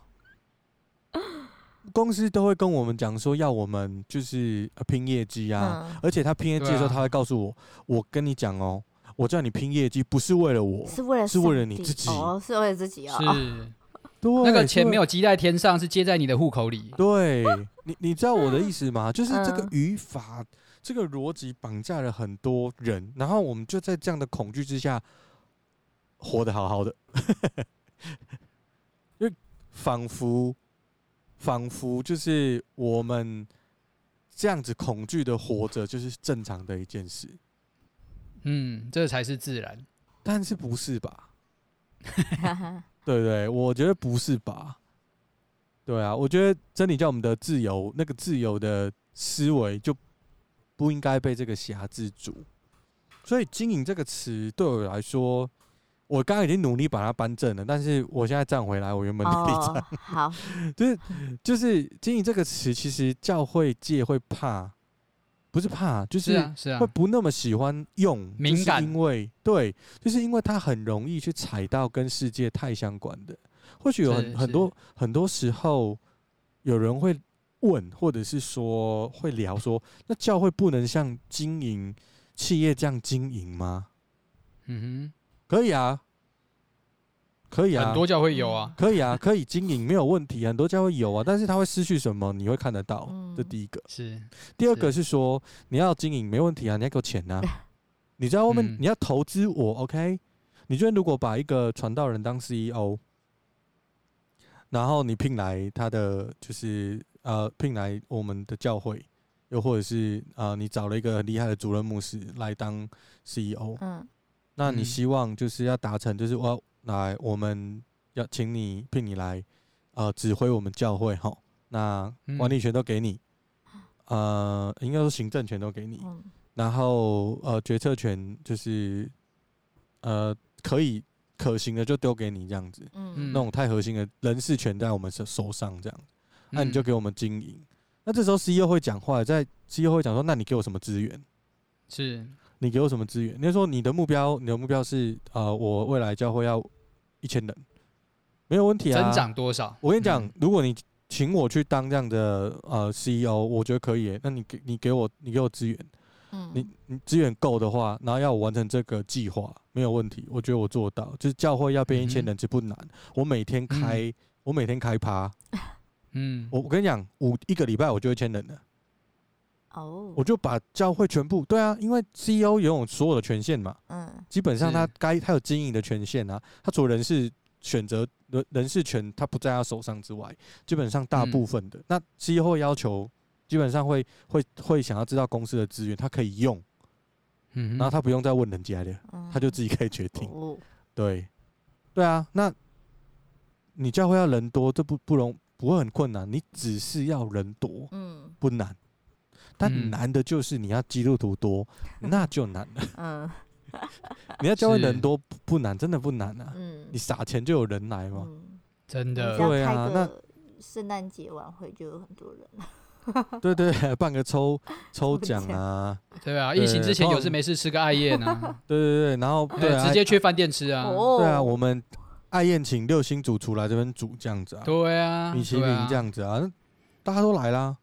Speaker 2: 公司都会跟我们讲说要我们就是呃拼业绩啊，
Speaker 3: 嗯，
Speaker 2: 而且他拼业绩的时候，
Speaker 4: 对啊
Speaker 2: 他会告诉我，我跟你讲哦，我叫你拼业绩不是为了我，
Speaker 3: 是为了
Speaker 2: 是为了
Speaker 3: 上
Speaker 2: 你
Speaker 3: 帝
Speaker 2: 自己
Speaker 3: 哦，是为了自己哦，哦
Speaker 4: 是
Speaker 2: 对，啊
Speaker 4: 那个
Speaker 2: 是
Speaker 4: 钱
Speaker 2: 为
Speaker 4: 没有积在天上，是接在你的户口里，
Speaker 2: 对你，你知道我的意思吗？就是这个
Speaker 3: 嗯
Speaker 2: 语法、这个逻辑绑架了很多人，然后我们就在这样的恐惧之下活得好好的， 就仿佛仿佛就是我们这样子恐惧的活着就是正常的一件事，
Speaker 4: 嗯，这才是自然。
Speaker 2: 但是不是吧？
Speaker 3: 哈哈
Speaker 2: 对不对？我觉得不是吧？对啊，我觉得真理教我们的自由，那个自由的思维就不应该被这个辖制住。所以“经营”这个词对我来说，我刚刚已经努力把它扳正了，但是我现在站回 来我原本的立场，
Speaker 3: 哦，好，
Speaker 2: 就是“经营”这个词，其实教会界会怕，不是怕，就是是
Speaker 4: 啊，是啊
Speaker 2: 会，不那么喜欢用，
Speaker 4: 敏
Speaker 2: 就是
Speaker 4: 感
Speaker 2: 因为对，就是因为它很容易去踩到跟世界太相关的。或许有很
Speaker 4: 是
Speaker 2: 很
Speaker 4: 是
Speaker 2: 多很多时候，有人会问，或者是说会聊说，那教会不能像经营企业这样经营吗？
Speaker 4: 嗯
Speaker 2: 可以啊，可以
Speaker 4: 哼，很
Speaker 2: 啊，
Speaker 4: 多教 会有啊，
Speaker 2: 可以啊，可以经营没有问题，很多教会有啊，但是它会失去什么？你会看得到，这
Speaker 3: 嗯
Speaker 2: 第一个。
Speaker 4: 是
Speaker 2: 第二个是说你要经营没问题啊，你要给我钱呐、你在外面、
Speaker 4: 嗯
Speaker 2: 你要投资我，OK？你觉得如果把一个传道人当 CEO，然后你聘来他的就是呃聘来我们的教会，又或者是呃你找了一个很厉害的主任牧师来当 E CEO，
Speaker 3: 嗯
Speaker 2: 那你
Speaker 4: 嗯
Speaker 2: 希望就是要达成，就是我要来，我们要请你聘你来，呃，指挥我们教会哈，那
Speaker 4: 嗯
Speaker 2: 管理权都给你，呃，应该说行政权都给你，
Speaker 3: 嗯
Speaker 2: 然后呃，决策权就是呃可以可行的就丢给你这样子，
Speaker 3: 嗯
Speaker 2: 那种太核心的人事权在我们手手上这样，啊那你就
Speaker 4: 嗯
Speaker 2: 给我们经营。那这时候 CEO 会讲话，在 CEO 会讲说，那你给我什么资源？
Speaker 4: 是
Speaker 2: 你给我什么资源？你说你的目标，你的目标是呃，我未来教会要一千人，没有问题啊。
Speaker 4: 增，长多少？
Speaker 2: 我跟你讲，
Speaker 4: 嗯
Speaker 2: 如果你请我去当这样的呃 CEO，我觉得可以耶。那你给你给我你给我资源，
Speaker 3: 嗯
Speaker 2: 你你资源够的话，然后要我完成这个计划，没有问题，我觉得我做得到。就是教会要变一千
Speaker 4: 嗯哼
Speaker 2: 人，这不难。我每天开，我每天开趴，
Speaker 4: 嗯，
Speaker 2: 我我跟你讲，五一个礼拜我就一千人了。
Speaker 3: 哦，
Speaker 2: 我就把教会全部对啊，因为 CEO 拥有所有的权限嘛。
Speaker 3: 嗯
Speaker 2: 基本上他
Speaker 4: 是
Speaker 2: 该他有经营的权限啊，他除了人事选择人人事权它不在他手上之外，基本上大
Speaker 4: 嗯
Speaker 2: 部分的、那 CEO 要求基本上会会会想要知道公司的资源，他可以用，
Speaker 4: 嗯
Speaker 2: 然后
Speaker 4: 哼，
Speaker 2: 他不用再问人家的，
Speaker 3: 嗯
Speaker 2: 他就自己可以决定。
Speaker 3: 哦
Speaker 2: 对，对啊，那你教会要人多，这不不容不会很困难，你只是要人多
Speaker 3: 嗯
Speaker 2: 不难，
Speaker 4: 嗯
Speaker 2: 但难的就是你要基督徒 多，那就难了。
Speaker 3: 嗯
Speaker 2: 你要教会人
Speaker 4: 是
Speaker 2: 多不不难，真的不难啊，
Speaker 3: 嗯，
Speaker 2: 你撒钱就有人来嘛。
Speaker 3: 嗯，
Speaker 4: 真
Speaker 3: 你
Speaker 4: 的
Speaker 3: 只要
Speaker 2: 对
Speaker 3: 开
Speaker 2: 啊
Speaker 3: 个圣诞节晚会就有很多人了，
Speaker 2: 对对， 办个抽抽
Speaker 3: 抽
Speaker 2: 奖
Speaker 3: 奖
Speaker 2: 啊，
Speaker 4: 对啊，疫情
Speaker 2: 对
Speaker 4: 之前
Speaker 2: 通
Speaker 4: 有
Speaker 2: 常
Speaker 4: 事没事吃个艾宴啊，
Speaker 2: 对对对，然后对啊
Speaker 4: 直接去饭店吃啊，
Speaker 3: 哦，
Speaker 2: 对啊，我们爱宴请六星主厨来这边煮这样子啊，
Speaker 4: 对啊，
Speaker 2: 米其
Speaker 4: 对
Speaker 2: 林
Speaker 4: 啊
Speaker 2: 这，样子啊，那大家都来啦，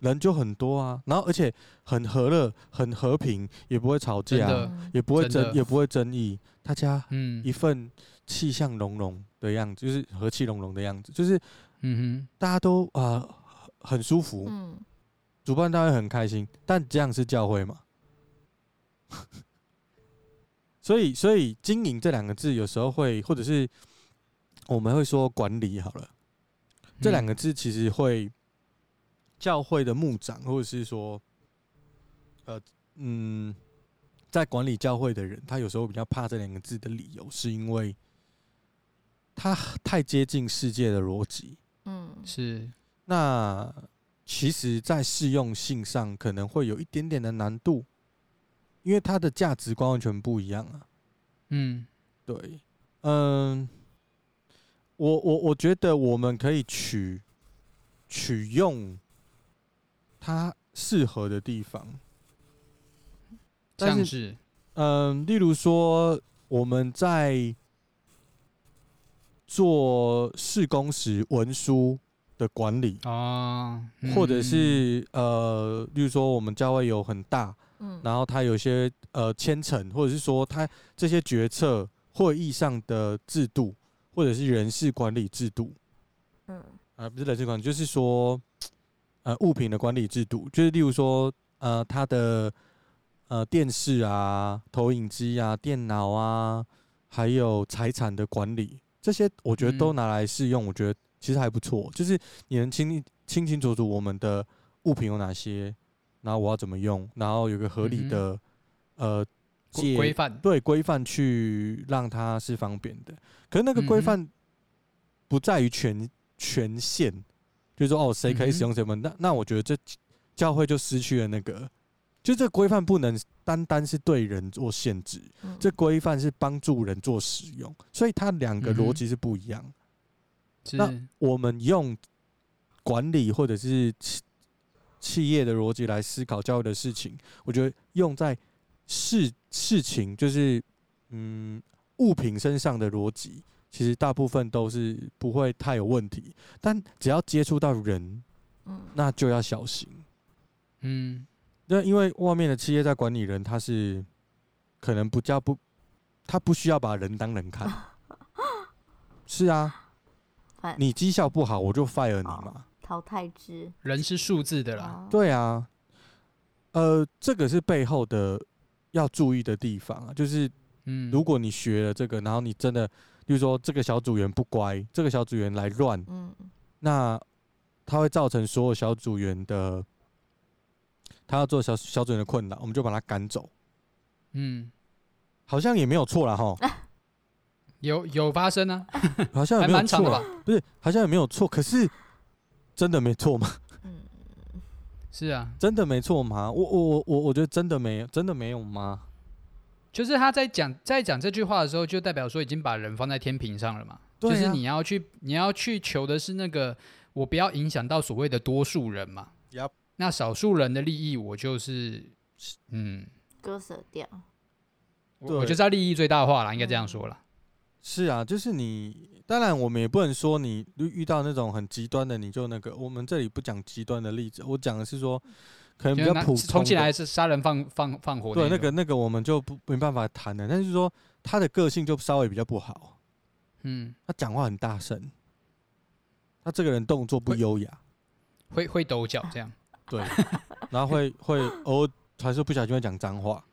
Speaker 2: 人就很多啊，然后而且很和乐、很和平，也不会吵
Speaker 4: 真
Speaker 2: 架
Speaker 4: 的，
Speaker 3: 嗯
Speaker 2: 也不会
Speaker 4: 真
Speaker 2: 争，
Speaker 4: 的
Speaker 2: 也不会争议，大家
Speaker 4: 嗯
Speaker 2: 一份气象融融的样子，就是和气融融的样子，就是
Speaker 4: 嗯
Speaker 2: 大家都啊、呃很舒服，
Speaker 3: 嗯，
Speaker 2: 主办单位很开心，但这样是教会嘛？ 所以，所以经营这两个字有时候会，或者是我们会说管理好了。
Speaker 4: 哼，
Speaker 2: 这两
Speaker 4: 嗯
Speaker 2: 个字其实会教会的牧长，或者是说，呃，嗯，在管理教会的人，他有时候比较怕这两个字的理由，是因为他太接近世界的逻辑。
Speaker 3: 嗯
Speaker 4: 是
Speaker 2: 那其实，在适用性上可能会有一点点的难度，因为他的价值观完全不一样啊。
Speaker 4: 嗯
Speaker 2: 对，嗯，我我我觉得我们可以取取用它适合的地方，但
Speaker 4: 像
Speaker 2: 是
Speaker 4: 是
Speaker 2: 嗯，例如说我们在做试工时文书的管理，
Speaker 4: 哦，
Speaker 2: 或者
Speaker 4: 嗯
Speaker 2: 是呃，例如说我们教会有很大，
Speaker 3: 嗯，
Speaker 2: 然后它有一些呃牵扯，或者是说它这些决策会议上的制度，或者是人事管理制度，
Speaker 3: 嗯
Speaker 2: 呃，不是人事管理，就是说呃物品的管理制度，就是例如说呃它的呃电视啊、投影机啊、电脑啊，还有财产的管理，这些我觉得都
Speaker 4: 嗯
Speaker 2: 拿来试用，我觉得其实还不错，就是你能清清清楚楚我们的物品有哪些，然后我要怎么用，然后有个合理
Speaker 4: 嗯哼
Speaker 2: 的、呃
Speaker 4: 规
Speaker 2: 界
Speaker 4: 规范，
Speaker 2: 对规范去让它是方便的。可是那个
Speaker 4: 嗯哼
Speaker 2: 规范不在于权权限，就是说哦，谁可以使
Speaker 4: 嗯
Speaker 2: 用什么？那那我觉得这教会就失去了那个，就这规范不能单单是对人做限制，
Speaker 3: 嗯
Speaker 2: 这规范是帮助人做使用，所以它两个
Speaker 4: 嗯哼
Speaker 2: 逻辑是不一样。
Speaker 4: 是
Speaker 2: 那我们用管理或者是企企业的逻辑来思考教育的事情，我觉得用在事事情就是嗯物品身上的逻辑，其实大部分都是不会太有问题，但只要接触到人，
Speaker 3: 嗯
Speaker 2: 那就要小心。
Speaker 4: 嗯
Speaker 2: 那因为外面的企业在管理人，他是可能不叫不，他不需要把人当人看。是啊
Speaker 3: 反，
Speaker 2: 你绩效不好，我就 fire 你
Speaker 3: 哦
Speaker 2: 嘛。
Speaker 3: 淘汰制，
Speaker 4: 人是数字的啦，
Speaker 3: 哦，
Speaker 2: 对啊，呃，这个是背后的要注意的地方啊，就是
Speaker 4: 嗯，
Speaker 2: 如果你学了这个，然后你真的，例如说这个小组员不乖，这个小组员来乱，
Speaker 3: 嗯
Speaker 2: 那它会造成所有小组员的，他要做小小组员的困扰，我们就把他赶走，
Speaker 4: 嗯
Speaker 2: 好像也没有错啦 哈，
Speaker 4: 有有发生啊，
Speaker 2: 好像也
Speaker 4: 还
Speaker 2: 没有
Speaker 4: 蛮长的
Speaker 2: 错，啊
Speaker 4: 吧？
Speaker 2: 不是，好像也没有错，可是真的没错吗？
Speaker 3: 嗯
Speaker 4: 是啊，
Speaker 2: 真的没错吗？我我我我我觉得真的没有，真的没有吗？
Speaker 4: 就是他在讲在讲这句话的时候，就代表说已经把人放在天平上了嘛。
Speaker 2: 对
Speaker 4: 就是
Speaker 2: 啊
Speaker 4: 你要去你要去求的是那个，我不要影响到所谓的多数人嘛。
Speaker 2: Yup
Speaker 4: 那少数人的利益，我就是嗯，
Speaker 3: 割舍掉，
Speaker 4: 我我
Speaker 2: 对
Speaker 4: 就是要利益最大化啦，应该这样说啦。
Speaker 2: 是啊，就是你，当然我们也不能说你遇遇到那种很极端的，你就那个。我们这里不讲极端的例子，我讲的是说，可嗯能比
Speaker 4: 就
Speaker 2: 较
Speaker 4: 那
Speaker 2: 普通
Speaker 4: 冲进
Speaker 2: 的
Speaker 4: 来是杀人放放放火
Speaker 2: 对那
Speaker 4: 种
Speaker 2: 个那个我们就不没办法谈了。但是说他的个性就稍微比较不好，
Speaker 4: 嗯，
Speaker 2: 他讲话很大声，他这个人动作不
Speaker 4: 会
Speaker 2: 优雅，
Speaker 4: 会会抖脚这样。
Speaker 2: 对，然后会会偶尔还是不小心会讲脏话，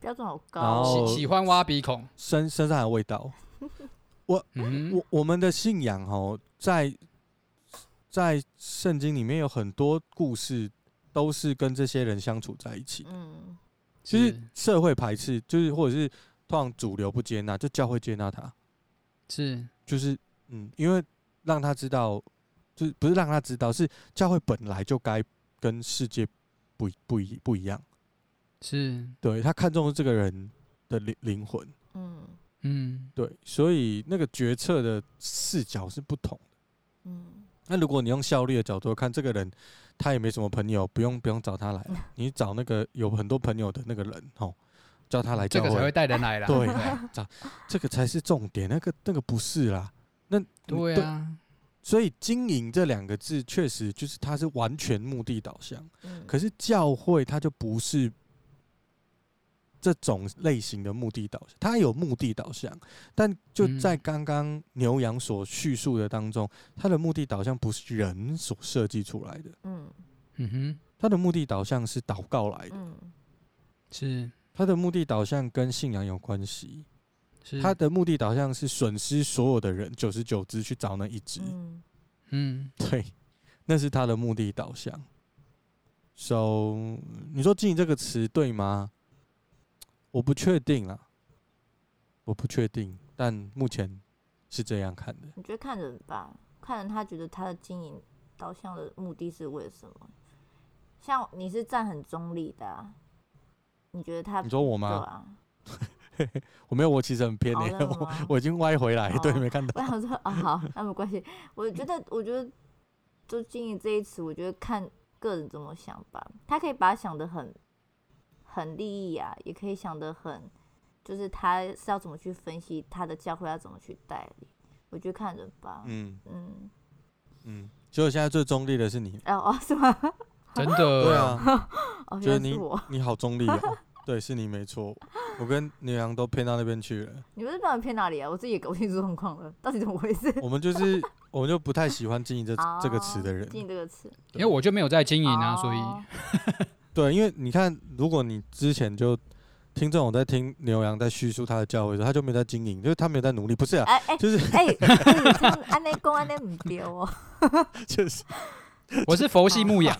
Speaker 3: 标准好
Speaker 2: 然
Speaker 3: 高
Speaker 2: 后
Speaker 3: 哦，
Speaker 4: 喜喜欢挖鼻孔，
Speaker 2: 身身上还有味道。
Speaker 4: 嗯哼，
Speaker 2: 我我们的信仰哦，在在圣经里面有很多故事，都是跟这些人相处在一起。
Speaker 3: 嗯，
Speaker 2: 其实
Speaker 4: 是
Speaker 2: 社会排斥，就是或者是通常主流不接纳，就教会接纳他，
Speaker 4: 是
Speaker 2: 就是嗯，因为让他知道，就是不是让他知道，是教会本来就该跟世界不一不一不一样。
Speaker 4: 是，
Speaker 2: 对他看重的是这个人的灵灵魂，
Speaker 3: 嗯
Speaker 4: 嗯，
Speaker 2: 对，所以那个决策的视角是不同。
Speaker 3: 嗯
Speaker 2: 那如果你用效率的角度看，这个人他也没什么朋友，不用不用找他
Speaker 4: 嗯
Speaker 2: 来了，你找那个有很多朋友的那个人哦，叫他来
Speaker 4: 嗯这
Speaker 2: 教
Speaker 4: 个才会
Speaker 2: 会，
Speaker 4: 带人来啦。
Speaker 2: 对
Speaker 4: 不
Speaker 2: 找这个才是重点，那个那个不是啦。那
Speaker 4: 对对，啊，
Speaker 2: 所以经营这两个字确实就是它是完全目的导向，
Speaker 3: 嗯，
Speaker 2: 可是教会它就不是这种类型的目的导向，它有目的导向，但就在
Speaker 4: 嗯
Speaker 2: 刚刚牛羊所叙述的当中，它的目的导向不是人所设计出来的，
Speaker 3: 嗯
Speaker 4: 嗯哼，
Speaker 2: 它的目的导向是祷告来的，
Speaker 3: 嗯
Speaker 4: 是
Speaker 2: 它的目的导向跟信仰有关系，
Speaker 3: 嗯
Speaker 4: 是，
Speaker 2: 它的目的导向是损失所有的人九十九只去找那一只，
Speaker 3: 嗯
Speaker 4: 嗯，
Speaker 2: 对，那是他的目的导向。So，你说“经营”这个词对吗？我不确定啦，我不确定，但目前是这样看的。
Speaker 3: 我觉得看人吧，看人他觉得他的经营导向的目的是为了什么？像你是站很中立的、啊，你觉得他
Speaker 2: 你说我
Speaker 3: 对
Speaker 2: 吗？
Speaker 3: 啊？
Speaker 2: 我没有，我其实很偏
Speaker 3: 好啊
Speaker 2: 诶、
Speaker 3: 认
Speaker 2: 我
Speaker 3: 吗？
Speaker 2: 我已经歪回来，对，
Speaker 3: 哦
Speaker 2: 没看
Speaker 3: 我
Speaker 2: 到。
Speaker 3: 想说啊、好，那没关系。我觉得，我觉得就经营这一词，我觉得看个人怎么想吧。他可以把它想的很很利益啊，也可以想的很，就是他是要怎么去分析他的教会要怎么去代理。我觉得看人吧。
Speaker 2: 嗯
Speaker 3: 嗯，
Speaker 2: 嗯，结果现在最中立的是你，
Speaker 3: 哦哦，是吗？
Speaker 4: 真的，
Speaker 2: 对，啊，
Speaker 3: 哦，
Speaker 2: 觉得
Speaker 3: 原来
Speaker 2: 你
Speaker 3: 是我。
Speaker 2: 你好中立哦，对，是你没错。我跟牛羊都偏到那边去了，
Speaker 3: 你们是把我骗哪里啊？我自己也搞不清楚状况了，到底怎么回事？
Speaker 2: 我们就是我们就不太喜欢“经营”这这个词的人
Speaker 3: 哦。经营这个词，
Speaker 4: 因为我就没有在经营啊，
Speaker 3: 哦
Speaker 4: 所以
Speaker 2: 对，因为你看，如果你之前就听这种在听牛羊在叙述他的教会的时候，他就没有在经营，就是他没有在努力，不 是啊，
Speaker 3: 哎哎
Speaker 2: 就是
Speaker 3: 哎，哎这样安内公安内唔丢哦。
Speaker 2: 就是
Speaker 4: 我是佛系牧羊，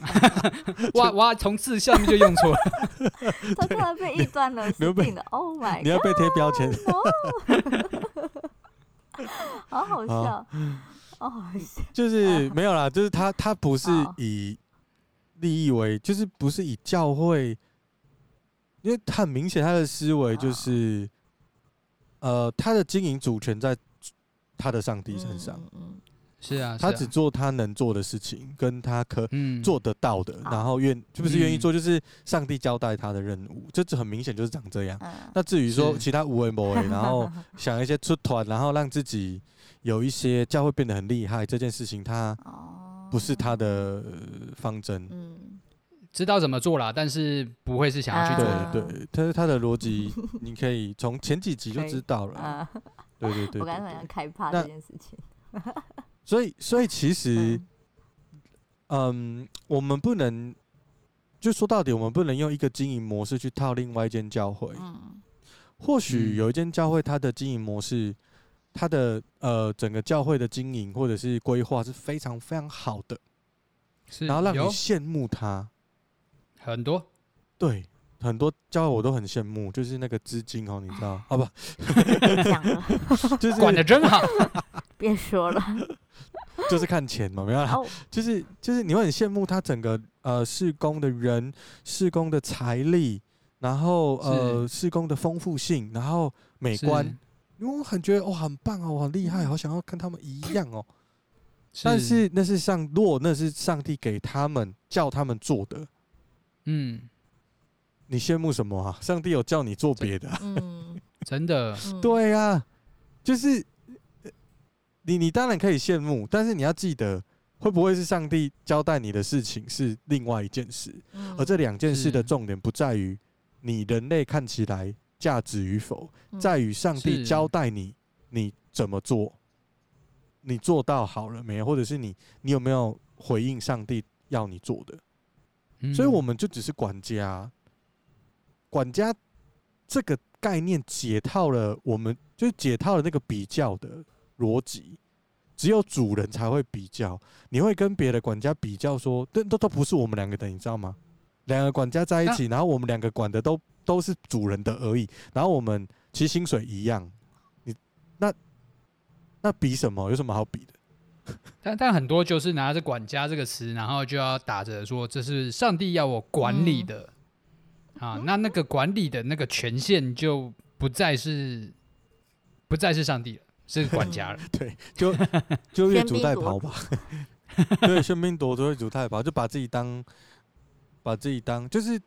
Speaker 4: 哇哇，从字下面就用错了，
Speaker 3: 他突然被一端 了，
Speaker 2: 刘
Speaker 3: 死
Speaker 2: 备
Speaker 3: 定了！Oh
Speaker 2: 你
Speaker 3: my
Speaker 2: 要被贴标签。
Speaker 3: god，好
Speaker 2: 啊
Speaker 3: 好笑，哦，好笑，
Speaker 4: 哦
Speaker 2: 就是没有啦，就是他他不是
Speaker 3: 好
Speaker 2: 以利益为，就是不是以教会，因为他很明显他的思维
Speaker 4: 啊
Speaker 2: 就是，呃，他的经营主权在他的上帝身上，
Speaker 3: 嗯，嗯
Speaker 4: 是啊，
Speaker 2: 他
Speaker 4: 是啊
Speaker 2: 只做他能做的事情，跟他可
Speaker 4: 嗯
Speaker 2: 做得到的，
Speaker 3: 好
Speaker 2: 然后愿就不是愿意
Speaker 4: 嗯
Speaker 2: 做，就是上帝交代他的任务，这这很明显就是长这样。
Speaker 3: 嗯
Speaker 2: 那至于说
Speaker 4: 啊是
Speaker 2: 其他无为某为，然 后想一些出团，然后让自己有一些教会变得很厉害这件事情，他
Speaker 3: 嗯哦，
Speaker 2: 不是他的呃方针。
Speaker 3: 嗯，
Speaker 4: 知道怎么做啦，但是不会是想要去
Speaker 2: 对
Speaker 4: 做
Speaker 3: 啊
Speaker 4: 的，
Speaker 2: 对，但是他的逻 辑你可以从前几集就
Speaker 3: 可以
Speaker 2: 知道了。
Speaker 3: 啊，
Speaker 2: 对对对
Speaker 3: 我刚才
Speaker 2: 对
Speaker 3: 想
Speaker 2: 对
Speaker 3: 开趴
Speaker 2: 那
Speaker 3: 这件事情，
Speaker 2: 所以所以其实
Speaker 3: 嗯
Speaker 2: 嗯，我们不能就说到底，我们不能用一个经营模式去套另外一间教会。
Speaker 3: 嗯
Speaker 2: 或
Speaker 4: 嗯
Speaker 2: 许有一间教会，它的经营模式，它的呃整个教会的经营或者是规划是非常非常好的，
Speaker 4: 是
Speaker 2: 然后让你
Speaker 4: 有
Speaker 2: 羡慕它。
Speaker 4: 很多，
Speaker 2: 对，很多教会我都很羡慕，就是那个资金哦，你知 道啊不，
Speaker 3: 别讲了，
Speaker 2: 就是
Speaker 4: 管得真好，
Speaker 3: 别说了，
Speaker 2: 就是看钱嘛，没有啦，
Speaker 3: 哦，
Speaker 2: 就是就是你会很羡慕他整个呃施工的人、施工的财力，然后呃施工的丰富性，然后 美观，因为我很觉得哦很棒哦，我很厉害，好想要跟他们一样哦。
Speaker 4: 是，
Speaker 2: 但是那是上，如果那是上帝给他们叫他们做的，
Speaker 4: 嗯，
Speaker 2: 你羡慕什么啊？上帝有叫你做别的啊、
Speaker 3: 嗯，
Speaker 4: 真的
Speaker 3: 嗯，
Speaker 2: 对啊，就是呃你你当然可以羡慕，但是你要记得，会不会是上帝交代你的事情是另外一件事，
Speaker 3: 嗯，
Speaker 2: 而这两件事的
Speaker 4: 是
Speaker 2: 重点不在于你人类看起来价值与否，
Speaker 3: 嗯
Speaker 2: 在于上帝
Speaker 4: 是
Speaker 2: 交代你你怎么做，你做到好了没有，或者是你你有没有回应上帝要你做的。
Speaker 4: 嗯
Speaker 2: 所以我们就只是管家。管家这个概念解套了，我们就解套了那个比较的逻辑，只有主人才会比较。你会跟别的管家比较说，这都都不是我们两个的，你知道吗？两个管家在一起，然后我们两个管的都都是主人的而已，然后我们其实薪水一样，你那那比什么？有什么好比的？
Speaker 4: 但但很多就是拿着“管家”这个词，然后就要打着说这是上帝要我管理的、
Speaker 2: 嗯
Speaker 4: 啊，那那个管理的那个权限就不再是不再是上帝了，是管家 了。
Speaker 2: 对，就就越
Speaker 3: 喧
Speaker 2: 俎
Speaker 3: 宾
Speaker 2: 代
Speaker 3: 夺
Speaker 2: 庖吧。 对，喧宾夺主，越俎代庖，就把自己当把自己当就是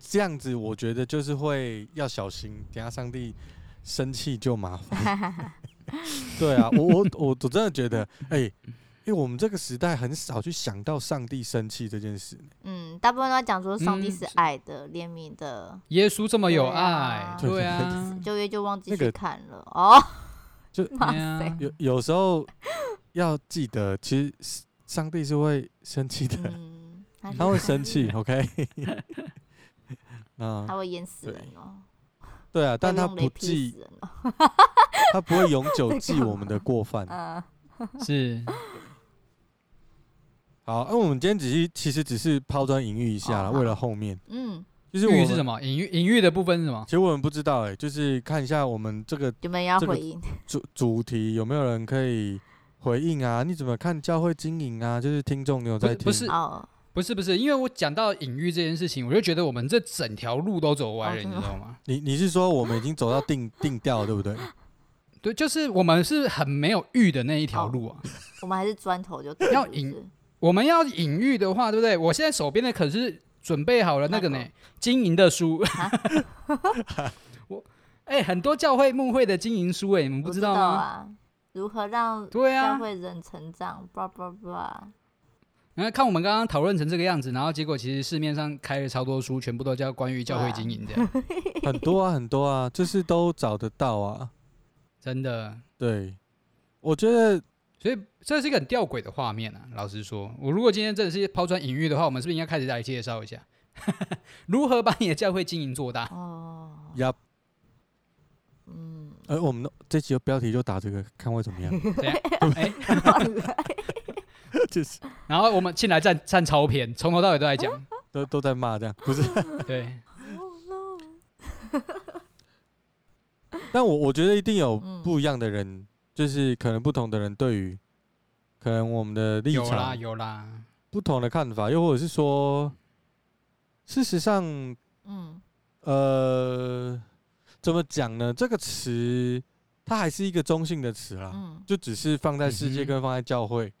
Speaker 2: 这样子。我觉得就是会要小心，等下上帝生气就麻烦。 对啊，我我我我真的觉得，哎、因为我们这个时代很少去想到上帝生气这件事。
Speaker 3: 嗯，大部分都在讲说上帝
Speaker 4: 嗯
Speaker 3: 是
Speaker 4: 是
Speaker 3: 爱的、怜悯的，
Speaker 4: 耶稣这么有
Speaker 3: 对
Speaker 4: 爱
Speaker 3: 啊，
Speaker 4: 对 啊，
Speaker 3: 九月就忘记
Speaker 2: 那个
Speaker 3: 去看了 哦。
Speaker 2: 就
Speaker 3: 哇
Speaker 4: 对啊
Speaker 3: 塞，
Speaker 2: 有有时候要记得，其实是上帝是会生气的。
Speaker 3: 嗯，是
Speaker 2: 他会生 气，，OK？啊
Speaker 3: 他，会淹死
Speaker 2: 对
Speaker 3: 人哦，
Speaker 2: 对啊，但
Speaker 3: 会
Speaker 2: 他
Speaker 3: 用雷
Speaker 2: 不
Speaker 3: 劈
Speaker 2: 记
Speaker 3: 死，人哦。
Speaker 2: 他不会永久
Speaker 3: 在
Speaker 2: 记
Speaker 3: 干
Speaker 2: 我们的
Speaker 3: 嘛
Speaker 2: 过犯。
Speaker 3: 嗯，
Speaker 4: 是
Speaker 2: 好，啊那、我们今天只是其实只是抛砖引玉一下啦，
Speaker 3: 哦
Speaker 2: 为
Speaker 3: 好
Speaker 2: 了后面，
Speaker 3: 嗯，
Speaker 2: 就是我
Speaker 4: 隐喻是
Speaker 2: 们
Speaker 4: 什么？隐喻隐喻的部分是什么
Speaker 2: 其？实我们不知道哎、就是看一下我们这个
Speaker 3: 有没有要
Speaker 2: 这个
Speaker 3: 回应？
Speaker 2: 主主题有没有人可以回应啊？你怎么看教会经营啊？就是听众你有
Speaker 4: 不
Speaker 2: 在
Speaker 4: 是
Speaker 2: 听？
Speaker 4: 不是
Speaker 3: 哦，
Speaker 4: 不是不是，因为我讲到隐喻这件事情，我就觉得我们这整条路都走歪
Speaker 3: 哦
Speaker 4: 了，
Speaker 3: 真
Speaker 4: 你
Speaker 3: 的
Speaker 4: 知道吗？
Speaker 2: 你你是说我们已经走到 定定调了对不对？
Speaker 4: 对，就是我们是很没有喻的那一条
Speaker 3: 哦
Speaker 4: 路啊。
Speaker 3: 我们还是砖头就对了。
Speaker 4: 要
Speaker 3: 是不
Speaker 4: 引
Speaker 3: 是
Speaker 4: 我们要隐喻的话，对不对？我现在手边的可是准备好了那个呢
Speaker 3: 那，啊
Speaker 4: 经营的书。 我哎、很多教会牧会的经营书哎，你们不
Speaker 3: 我知
Speaker 4: 道吗？
Speaker 3: 啊？如何让
Speaker 4: 对
Speaker 3: 教
Speaker 4: 啊，
Speaker 3: 会人成长？blah blah blah。
Speaker 4: 然后看我们刚刚讨论成这个样子，然后结果其实市面上开了超多书，全部都叫关于教会
Speaker 3: 对啊
Speaker 4: 经营的，
Speaker 2: 很多啊，很多啊，就是都找得到啊。
Speaker 4: 真的。
Speaker 2: 对，我觉得
Speaker 4: 所以这是一个很吊诡的画面啊！老实说，我如果今天真的是抛砖引玉的话，我们是不是应该开始来介绍一下 如何把你的教会经营做大？
Speaker 3: 哦，
Speaker 2: 呀，
Speaker 3: 嗯，
Speaker 2: 呃，我们的这期的标题就打这个，看会怎 么样。
Speaker 4: 这样，哎，
Speaker 3: 乱来
Speaker 2: 就是
Speaker 4: 然后我们进来站站超篇，从头到尾都在讲，
Speaker 3: 哦
Speaker 2: 都都在骂这样， 不是？
Speaker 4: 对，
Speaker 3: Oh no
Speaker 2: 但我我觉得一定有
Speaker 3: 嗯
Speaker 2: 不一样的人，就是可能不同的人对于可能我们的立
Speaker 4: 有啦
Speaker 2: 场
Speaker 4: 有啦，
Speaker 2: 不同的看法，又或者是说，事实上，
Speaker 3: 嗯，
Speaker 2: 呃，怎么讲呢？这个词它还是一个中性的词啦，
Speaker 3: 嗯，
Speaker 2: 就只是放在世界
Speaker 4: 嗯哼
Speaker 2: 跟放在教会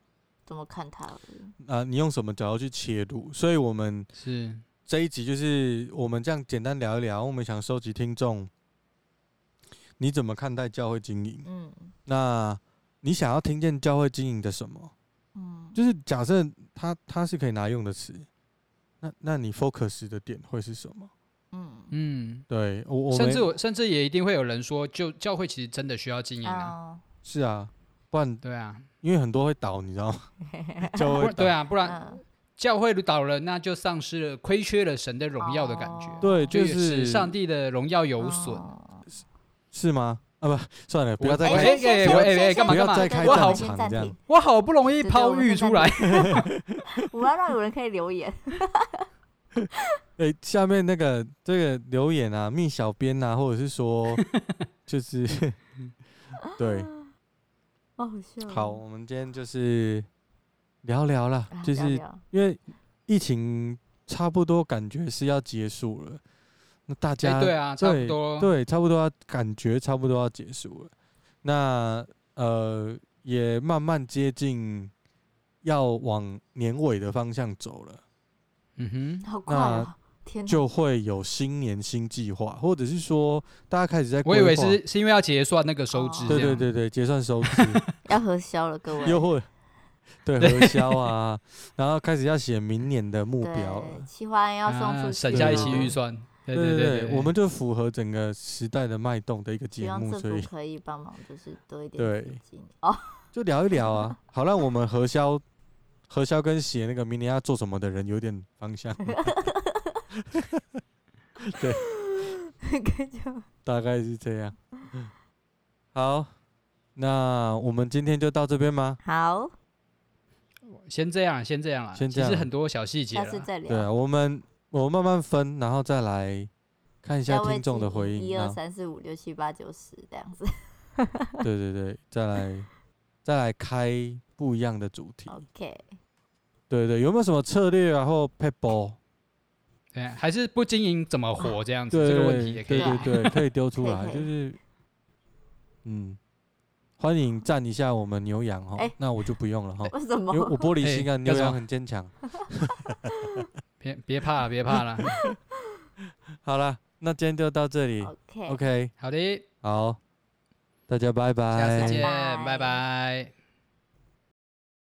Speaker 3: 怎么看他而已？
Speaker 2: 啊、你用什么角度去切入？所以我们
Speaker 4: 是
Speaker 2: 这一集就是我们这样简单聊一聊，我们想收集听众，你怎么看待教会经营？
Speaker 3: 嗯
Speaker 2: 那你想要听见教会经营的什么？
Speaker 3: 嗯，
Speaker 2: 就是假设它它是可以拿用的词，那那你 focus 的点会是什么？
Speaker 3: 嗯
Speaker 4: 嗯，
Speaker 2: 对我我
Speaker 4: 甚
Speaker 2: 们
Speaker 4: 至我甚至也一定会有人说，就教会其实真的需要经营啊，
Speaker 3: 哦，
Speaker 2: 是啊，不然
Speaker 4: 对啊，
Speaker 2: 因为很多会倒，你知 道吗？教会
Speaker 4: 不
Speaker 2: 会
Speaker 4: 然
Speaker 2: 倒
Speaker 4: 对，啊，不然
Speaker 3: 嗯
Speaker 4: 教会倒了，那就丧失了亏缺了神的荣耀的感觉
Speaker 3: 哦，
Speaker 2: 对，
Speaker 4: 就
Speaker 2: 就
Speaker 4: 也使
Speaker 2: 是
Speaker 4: 上帝的荣耀有损。
Speaker 3: 哦
Speaker 2: 是吗？啊不，算了，不要再
Speaker 4: 哎
Speaker 2: 开
Speaker 4: 哎
Speaker 3: 先先
Speaker 4: 哎
Speaker 3: 先
Speaker 4: 哎哎
Speaker 3: 先
Speaker 4: 干嘛
Speaker 3: 先
Speaker 4: 干嘛
Speaker 3: 对对
Speaker 2: 不要再开
Speaker 3: 对
Speaker 4: 战
Speaker 3: 我们先
Speaker 2: 场
Speaker 3: 暂
Speaker 2: 这样
Speaker 3: 停
Speaker 4: 我好不容易
Speaker 3: 对对
Speaker 4: 抛
Speaker 3: 我们
Speaker 4: 玉
Speaker 3: 先
Speaker 4: 出
Speaker 3: 暂
Speaker 4: 来，
Speaker 3: 我要让有人可以留 言。
Speaker 2: 哎、下面那个这个留言啊，密小编呐、啊，或者是 说，就是 对，
Speaker 3: 哦， 好笑哦。
Speaker 2: 好，我们今天就是聊聊啦，
Speaker 3: 啊，
Speaker 2: 就是
Speaker 3: 聊聊
Speaker 2: 因为疫情差不多感觉是要结束了，那大家、
Speaker 4: 哎，对啊，差不多，
Speaker 2: 对差不多要感觉差不多要结束了，那呃也慢慢接近要往年尾的方向走了。
Speaker 4: 嗯哼，
Speaker 3: 好快哦！天哪，
Speaker 2: 就会有新年新计划，或者是说大家开始在
Speaker 4: 我
Speaker 2: 规
Speaker 4: 以
Speaker 2: 划，
Speaker 4: 为是是因为要结算那个收支，
Speaker 3: 哦
Speaker 2: 对
Speaker 4: 这
Speaker 2: 对
Speaker 4: 样
Speaker 2: 对对结算收支，
Speaker 3: 要核销了，各位。
Speaker 2: 又或对核销啊，然后开始要写明年的目标
Speaker 3: 对，
Speaker 2: 了。
Speaker 3: 企划案要送
Speaker 4: 啊
Speaker 3: 出去，
Speaker 4: 省下一期
Speaker 2: 了
Speaker 4: 预算，对
Speaker 2: 对
Speaker 4: 对
Speaker 2: 我们就符合整个时代的脉动的一个
Speaker 3: 希
Speaker 2: 节
Speaker 3: 望
Speaker 2: 目，
Speaker 3: 政
Speaker 2: 所以
Speaker 3: 府可以帮忙，就是多一点
Speaker 2: 对
Speaker 3: 资金哦。
Speaker 2: 就聊一聊啊。好，让我们核销核销跟写那个明年要做什么的人有点方向，
Speaker 3: 感觉
Speaker 2: 大概是这样。好，那我们今天就到这边吗？
Speaker 3: 好，
Speaker 4: 先这样，啊先这样啦。
Speaker 2: 先这
Speaker 4: 其实
Speaker 2: 样啊
Speaker 4: 很多小细节
Speaker 3: 下次
Speaker 4: 啦。
Speaker 3: 再
Speaker 2: 对
Speaker 3: 聊。
Speaker 2: 啊，我们我们慢慢分，然后再来看一下
Speaker 3: 要为
Speaker 2: 听众的
Speaker 3: 自己
Speaker 2: 回应。啊
Speaker 3: 一二
Speaker 2: 然后
Speaker 3: 三四五六七八九十这样子。
Speaker 2: 对对对，再来 再来开不一样的主题。
Speaker 3: OK，
Speaker 2: 对对，有没有什么策略啊，或 p e b l e
Speaker 4: 对，还是不经营怎么活这样子，
Speaker 2: 对
Speaker 4: 这个问题也可以
Speaker 2: 对。对对，可以丢出
Speaker 3: 可以
Speaker 2: 来，
Speaker 3: 可以
Speaker 2: 就是嗯，欢迎赞一下我们牛羊哈
Speaker 3: 哎。
Speaker 2: 那我就不用了哈，
Speaker 3: 为什
Speaker 2: 因
Speaker 3: 么
Speaker 2: 为？我玻璃
Speaker 4: 哎
Speaker 2: 心啊，
Speaker 4: 要
Speaker 2: 牛
Speaker 4: 什
Speaker 2: 羊
Speaker 4: 么
Speaker 2: 很坚 强。
Speaker 4: 别别怕，别 怕啦。
Speaker 2: 好啦，那今天就到这里。
Speaker 3: OK，
Speaker 2: OK，
Speaker 4: 好的，
Speaker 2: 好，大家拜拜，
Speaker 4: 下次见，
Speaker 3: 拜拜
Speaker 4: 拜拜